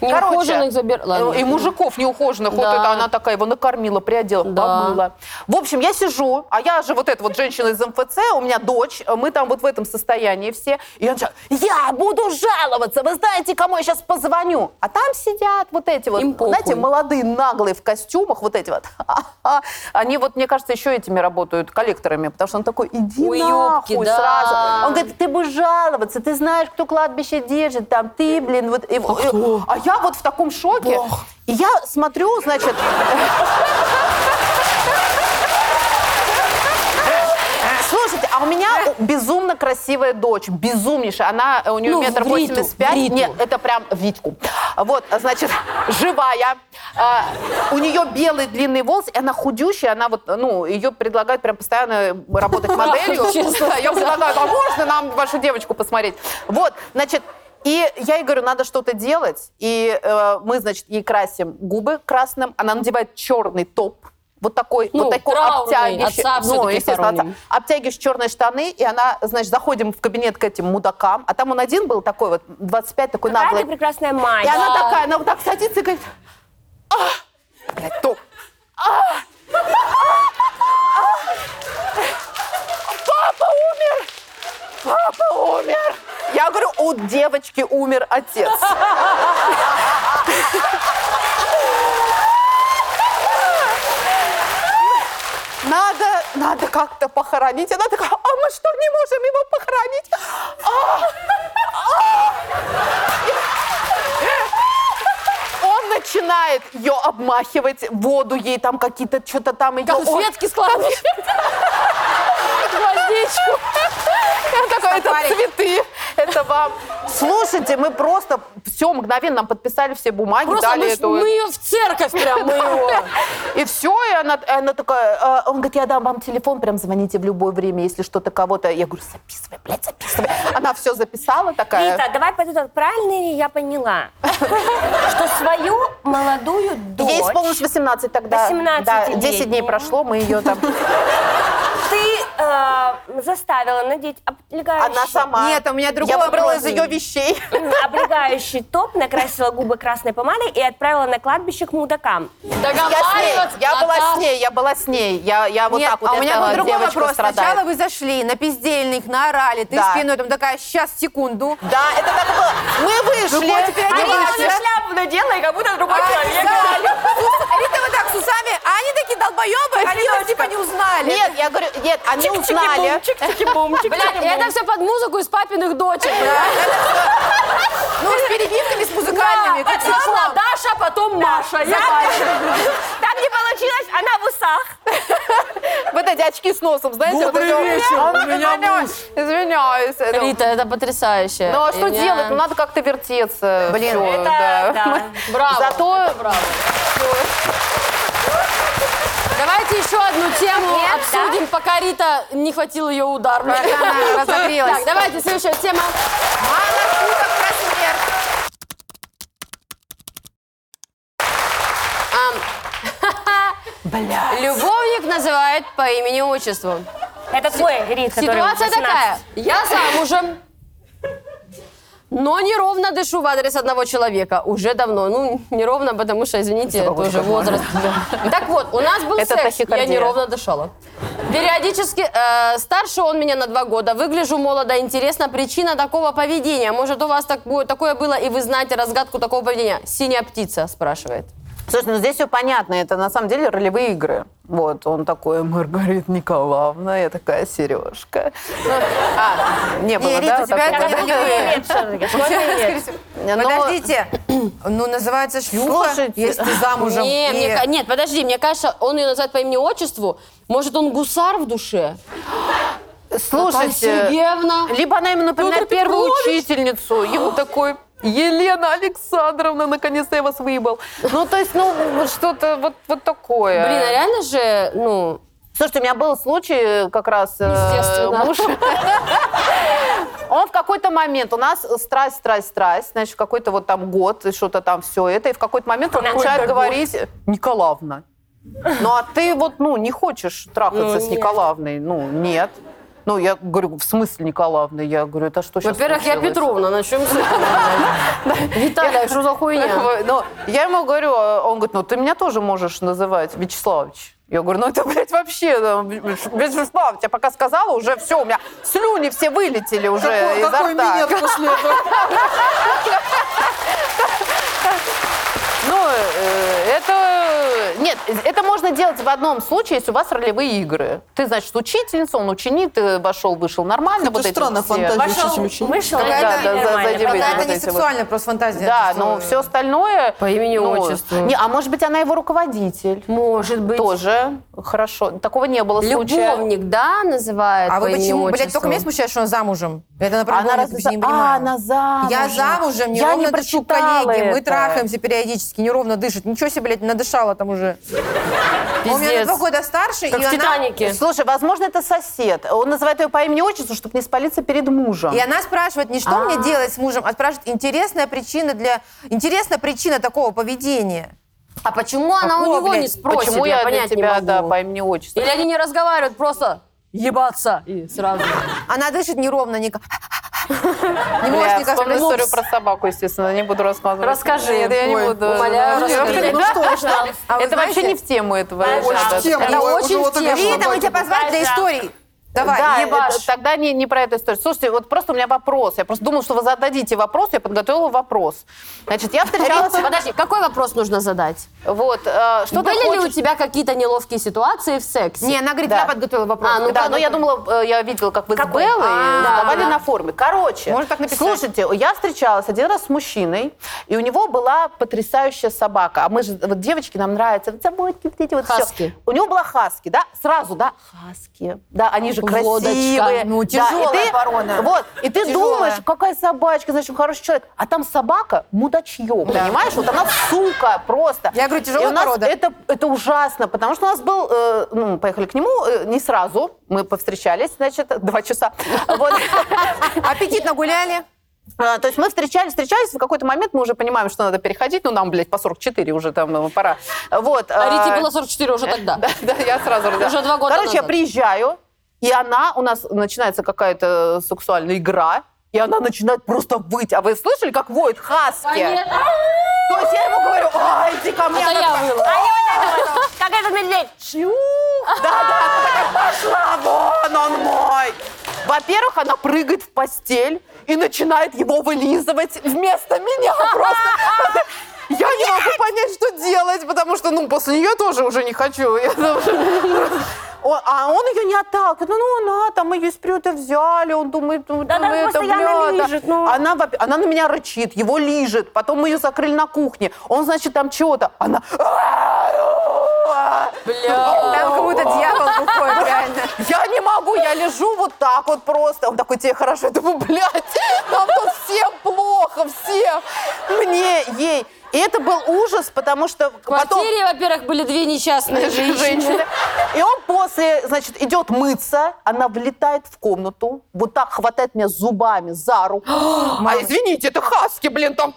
Неухоженных Ну, забер... Э, Ладно. И мужиков неухоженных. Вот Да. это она такая его накормила, приодела, Да. помыла. В общем, я сижу, а я же вот эта вот женщина из МФЦ, у меня дочь, э, мы там вот в этом состоянии все. И я начала, я буду жаловаться, вы знаете, кому я сейчас позвоню? А там сидят вот эти вот, Им похуй. знаете, молодые наглые в костюмах, вот эти вот. Они вот, мне кажется, еще этими работают, коллекторами, потому что он такой, иди Ой, нахуй ёбки, да. сразу. Он говорит, ты будешь жаловаться, ты знаешь, кто кладбище держит, там ты, блин, вот. и- и- а я вот в таком шоке. И я смотрю, значит, Слушайте, а у меня Э. безумно красивая дочь, безумнейшая. Она, э, у нее Ну, в метр Риту, восемьдесят пять. в Риту. Нет, Э, это прям Витьку. Вот, а, значит, живая. А, у нее белый длинный волос, и она худющая, она вот, ну, ее предлагают прям постоянно работать моделью. Честно Да, Я предлагаю, а можно нам вашу девочку посмотреть? Вот, значит, и я ей говорю, надо что-то делать. И э, мы, значит, ей красим губы красным. Она надевает черный топ. Вот такой, Ну, вот такой траурный, обтягивающий. Ну, отца всё-таки естественно, отца хороним. обтягиваешь черные штаны, и она, значит, заходим в кабинет к этим мудакам, а там он один был такой вот, 25, такой Какая ты наглый. прекрасная И мать. она такая, она вот так садится и говорит, «А, блядь, топ. А, а, а, папа умер! Папа умер! Я говорю, у девочки умер отец. Надо, надо как-то похоронить. Она такая, а мы что, не можем его похоронить? А! Он начинает ее обмахивать, воду ей там какие-то, что-то там ее. Конфетки складывают. Гвоздичку. Я такой, это цветы, это вам. Слушайте, мы просто все мгновенно нам подписали все бумаги, Просто дали мы, ж- эту. мы ее в церковь прям, мы его. И все, и она, и она такая, э, он говорит, я дам вам телефон, прям звоните в любое время, если что-то кого-то. Я говорю, записывай, блядь, записывай. Она все записала такая. Рита, давай подытожим. Правильно ли я поняла, что свою молодую дочь Ей исполнилось 18 тогда. 18 да, лет. 10 дней прошло, мы ее там... ты э, заставила надеть облегающий, Она сама. Нет, у меня другой Я выбрала вопрос. из ее вещей. облегающий топ, накрасила губы красной помадой и отправила на кладбище к мудакам. А Я, с ней, Договариваться. я была с Наташа. ней, я была с ней. Я, я вот Нет, так вот а у меня этого был другой девочку вопрос. страдает. Сначала вы зашли на пиздельник, наорали, ты Да. спиной там такая, сейчас, секунду. Да, это так было. Мы вышли. хоть теперь мы одевайся. вышли. шляпу надела, и как будто другой А, да, Лю- Рита вот так с усами, а они такие долбоебы, они нас типа не узнали. Нет, я говорю, нет, они узнали. Блядь, это все под музыку из папиных дочек. Ну, с перебивками, с музыкальными, как Сначала сошло. Даша, потом Маша. Там не получилось, она в усах. Вот эти очки с носом, знаете? вот Добрый эти вот. вечер, Он у меня извиняюсь, Извиняюсь. это- Рита, это потрясающе. Ну а что Я- делать? Ну надо как-то вертеться. Блин, Всё, Это, да. да. Браво. Зато- это браво. Давайте еще одну тему Нет, обсудим, пока Рита не хватил ее удар. Она разогрелась. Так, давайте, следующая тема. Любовник называет по имени-отчеству. Это твой рит, который Ситуация 18. такая. Я замужем, но неровно дышу в адрес одного человека. Уже давно. Ну, неровно, потому что, извините, тоже возраст. Так вот, у нас был Это секс. Я тахикардия. неровно дышала. Периодически э, старше он меня на два года. Выгляжу молодо. Интересно, причина такого поведения. Может, у вас так бу- такое было, и вы знаете разгадку такого поведения? Синяя птица спрашивает. Слушай, ну здесь все понятно, это на самом деле ролевые игры. Вот, он такой, Маргарита Николаевна, я такая, Сережка. Ну, а, не было, Не, Рита, да? у тебя такого? это не дует. Нет, всё-таки, сколько лет? Но- Подождите, ну называется шлюха, Слушайте. если ты замужем. Не, и- мне ка- нет, подожди, мне кажется, он ее называет по имени-отчеству. Может, он гусар в душе? ну, Ну, Наталья Слушайте, Сергеевна. либо она ему напоминает Петр первую Петрович. учительницу, ему такой, Елена Александровна, наконец-то я вас выебал. Ну, то есть, ну, вот что-то вот, вот такое. Блин, а реально же, ну, Слушайте, у меня был случай э, как раз э, Естественно. муж. Он в какой-то момент, у нас страсть, страсть, страсть, значит, в какой-то вот там год, и что-то там все это, и в какой-то момент он начинает говорить, Николаевна, ну а ты вот, ну, не хочешь трахаться Ну, с нет. Николаевной, ну, нет. Ну, я говорю, в смысле Николаевна? Я говорю, это что сейчас во-первых, я Петровна, начнем с этого. а Виталия, что за хуйня? Ну, я ему говорю, а он говорит, ну ты меня тоже можешь называть Вячеславович. Я говорю, ну это, блядь, вообще, да, Вячеславович, я пока сказала, уже все, у меня слюни все вылетели уже Какой, изо какой рта. минет после этого? Ну, э, это... Нет, это можно делать в одном случае, если у вас ролевые игры. Ты, значит, учительница, он ученик, ты вошел, вышел нормально. Как-то вот эти странно все. фантазия. Вышел, Очень мужчина. вышел, Да, да, да, и да, нормально. сзади Правда, выйдет это вот не эти вот. сексуальная просто фантазия. Да, это но что- все остальное... По имени, ну, отчеству. Не, а может быть, она его руководитель. Может быть. Тоже хорошо. Такого не было случая. Любовник, да, называют А по вы почему, блядь, имени-отчеству? только меня смущает, что он замужем? Это на Она правда, я разве... не А, понимаю. она замужем. Я а замужем, Я неровно не дышу, прочитала коллеги, мы это. трахаемся периодически, неровно дышит. Ничего себе, блядь, надышала там уже. Он меня на два года старше, Как и в она... «Титанике». Слушай, возможно, это сосед. Он называет ее по имени-отчеству, чтобы не спалиться перед мужем. И она спрашивает не что мне делать с мужем, а спрашивает интересная причина для интересная причина такого поведения. А почему она у Какого, него блядь? не спросит? Почему я, для понять не тебя, могу. да, по имени-отчеству? Или они не разговаривают, просто ебаться и сразу. Она дышит неровно, не, ка- не Я может никак. вспомню Ну, историю про собаку, естественно, не буду рассказывать. Расскажи. Нет, я не Ой, буду. умоляю, Ну, расскажи. вообще, Ну что ж, да. А вы Это вообще знаете- не в тему этого. в тему. Это Ой, очень уже вот в это тему. что, Рита, мы тебя позвали для историй. Давай, да, ебашь. это- тогда не, не про эту историю. Слушайте, вот просто у меня вопрос. Я просто думала, что вы зададите вопрос, я подготовила вопрос. Значит, я встречалась... Подожди, какой вопрос нужно задать? Вот, э, что ты Были ли у хочешь- тебя какие-то неловкие ситуации в сексе? Не, она говорит, Да. я подготовила вопрос. А, ну да, да, но я думала, э, я видела, как вы с Беллой задавали на форуме. Короче, Можно так написать. слушайте, я встречалась один раз с мужчиной, и у него была потрясающая собака. А мы же, вот девочки, нам нравятся, вот заботки, вот эти вот всё. Хаски. У него была хаски, да, сразу, да, хаски. Да, они же Лодочка. красивые. Ну, Да, и тяжелая ты- порона. Вот, и ты Тяжелая. думаешь, какая собачка, значит, хороший человек. А там собака мудачье, понимаешь? Вот она сука просто. Я говорю, И тяжелая у нас порода. это, это ужасно, потому что у нас был, э, ну, поехали к нему э, не сразу, мы повстречались, значит, два часа. Вот. Аппетитно гуляли. А, То есть мы встречались, встречались, в какой-то момент мы уже понимаем, что надо переходить, ну, нам, блядь, по 44 уже там э, пора. Вот. А э, Рите было 44 уже тогда. да, да, я сразу да. Уже два года Короче, я назад. приезжаю, и она, у нас начинается какая-то сексуальная игра, и она начинает просто выть. А вы слышали, как воет хаски? Понятно. То есть я ему говорю, ай, иди ко мне. Это Она я такая, выла. а Как этот медведь? Да, да, она такая, пошла вон он мой. Во-первых, она прыгает в постель и начинает его вылизывать вместо меня просто. Я не могу понять, что делать, потому что, ну, после нее тоже уже не хочу. Я тоже- О, А он ее не отталкивает. Ну, ну, она там ее из приюта взяли, он думает, ну, Да там она это, постоянно бля, да. А лижет, ну. Она, вопи- она на меня рычит, его лижет, потом мы ее закрыли на кухне. Он, значит, там чего-то. Она... Бля. Там как будто дьявол выходит, реально. Я не могу, я лежу вот так вот просто. Он такой, тебе хорошо. Я думаю, блядь, нам тут всем плохо, всем. Мне, ей. И это был ужас, потому что В потом... квартире, во-первых, были две несчастные женщины. женщины. И он после, значит, идет мыться, она влетает в комнату, вот так хватает меня зубами за руку. А извините, это хаски, блин, там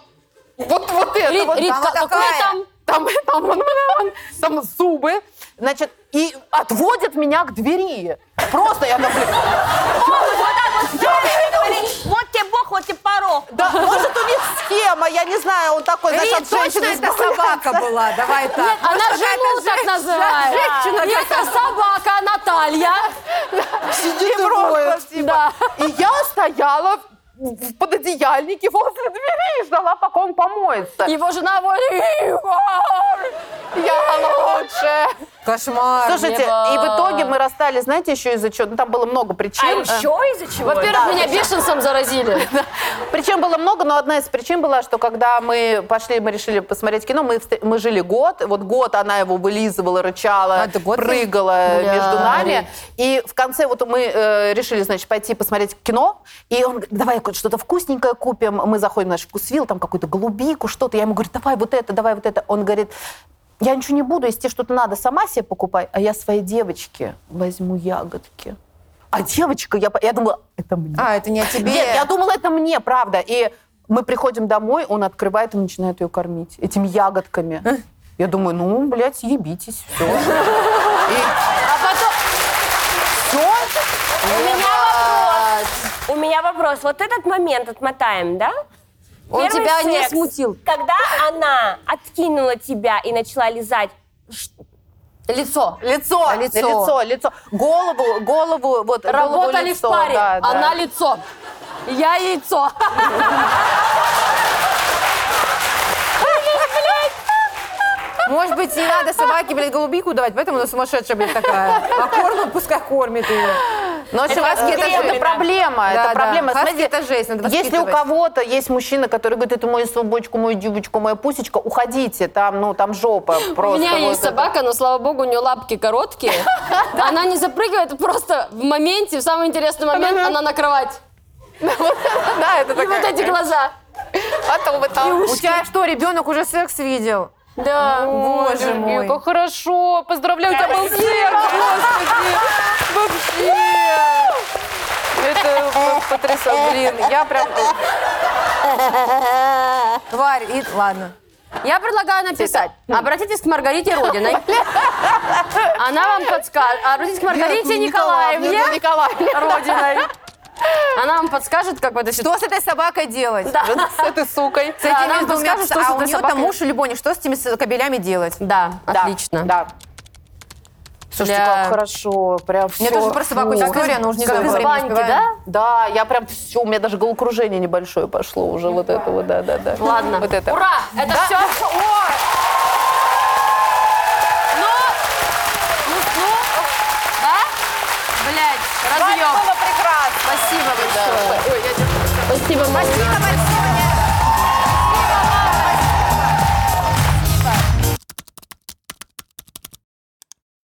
вот, вот это Рит, вот. Рит, она как- какой такая. там? Там, там, он, он, там зубы, значит, и отводит меня к двери. Просто я там, блин, Говорит, вот тебе бог, вот тебе порог. да, может, у них схема, я не знаю, он такой, значит, Рит, от точно женщины это избавляется. собака была, давай так. Нет, Может, она какая-то А жену так жесть- называет. Женщина Нет, это собака Наталья. Сидит и роет. Да. И я стояла в в пододеяльнике возле двери и ждала, пока он помоется. Его жена Валерия. Я лучше. Кошмар. Слушайте, Ева. и в итоге мы расстались, знаете, еще из-за чего? Ну, там было много причин. А Э, еще из-за чего? Во-первых, меня бешенцем заразили. Причин было много, но одна из причин была, что когда мы пошли, мы решили посмотреть кино, мы, встр- мы жили год. Вот год она его вылизывала, рычала, А, ты год прыгала Бля, между Рит. нами. И в конце вот мы э, решили, значит, пойти посмотреть кино. И он говорит, давай какое-то что-то вкусненькое купим. Мы заходим в наш вкусвилл, там какую-то голубику, что-то. Я ему говорю, давай вот это, давай вот это. Он говорит, я ничего не буду, если тебе что-то надо, сама себе покупай, а я своей девочке возьму ягодки. А девочка, я, по- я думала, это мне. А, это не о тебе. Нет, я думала, это мне, правда. И мы приходим домой, он открывает и начинает ее кормить этими ягодками. Я думаю, ну, блядь, ебитесь, все. А потом... у меня вопрос. У меня вопрос. Вот этот момент отмотаем, да? Он Первый тебя не секс. смутил. Когда она откинула тебя и начала лизать, ш- Лицо. Лицо, лицо. лицо, лицо. Голову, голову, вот, голову, Работали в лицо, паре. да, да. Она лицо. Я яйцо. Может быть, не надо собаке, блядь, голубику давать, поэтому она сумасшедшая, блядь, такая. А кормит, пускай кормит ее. Но, в общем, Это хаски, это, это это жесть. проблема, Да, это да. проблема. Хаски Смотрите, это жесть, надо Если у воспитывать. кого-то есть мужчина, который говорит, это моя собачка, мою дюбочку, моя пусечка, уходите, там, ну, там жопа У просто. меня вот есть это. собака, но, слава богу, у нее лапки короткие. Она не запрыгивает, просто в моменте, в самый интересный момент, она на кровать. Да, это И вот такая. эти глаза. Потом вот А там. У тебя что, ребенок уже секс видел? Да. Боже мой. Как хорошо, поздравляю, у тебя был Это потрясающе, блин, я прям... Тварь, и ладно. Я предлагаю написать. Обратитесь к Маргарите Родиной. Она вам подскажет. Обратитесь к Маргарите А, Николаевне Родиной. Она вам подскажет, как вы это Что с этой собакой делать? Да. С этой сукой. С этими она вам двумя подскажет, что пса- с а у этой нее там собакой. муж и Любоня, что с этими с- кобелями делать? Да, Да, отлично. Да. Слушайте, Бля. как хорошо, прям все. Мне тоже про собаку Фу. история, но уже не Как знаю, из время баньки, успеваем. да? Да, я прям все, у меня даже головокружение небольшое пошло уже вот это вот, да, да, да. Ладно. Вот это. Ура! Это все. Ну, ну, да? Блядь, разъем. Было прекрасно. Спасибо большое. Спасибо, Марина. Спасибо большое.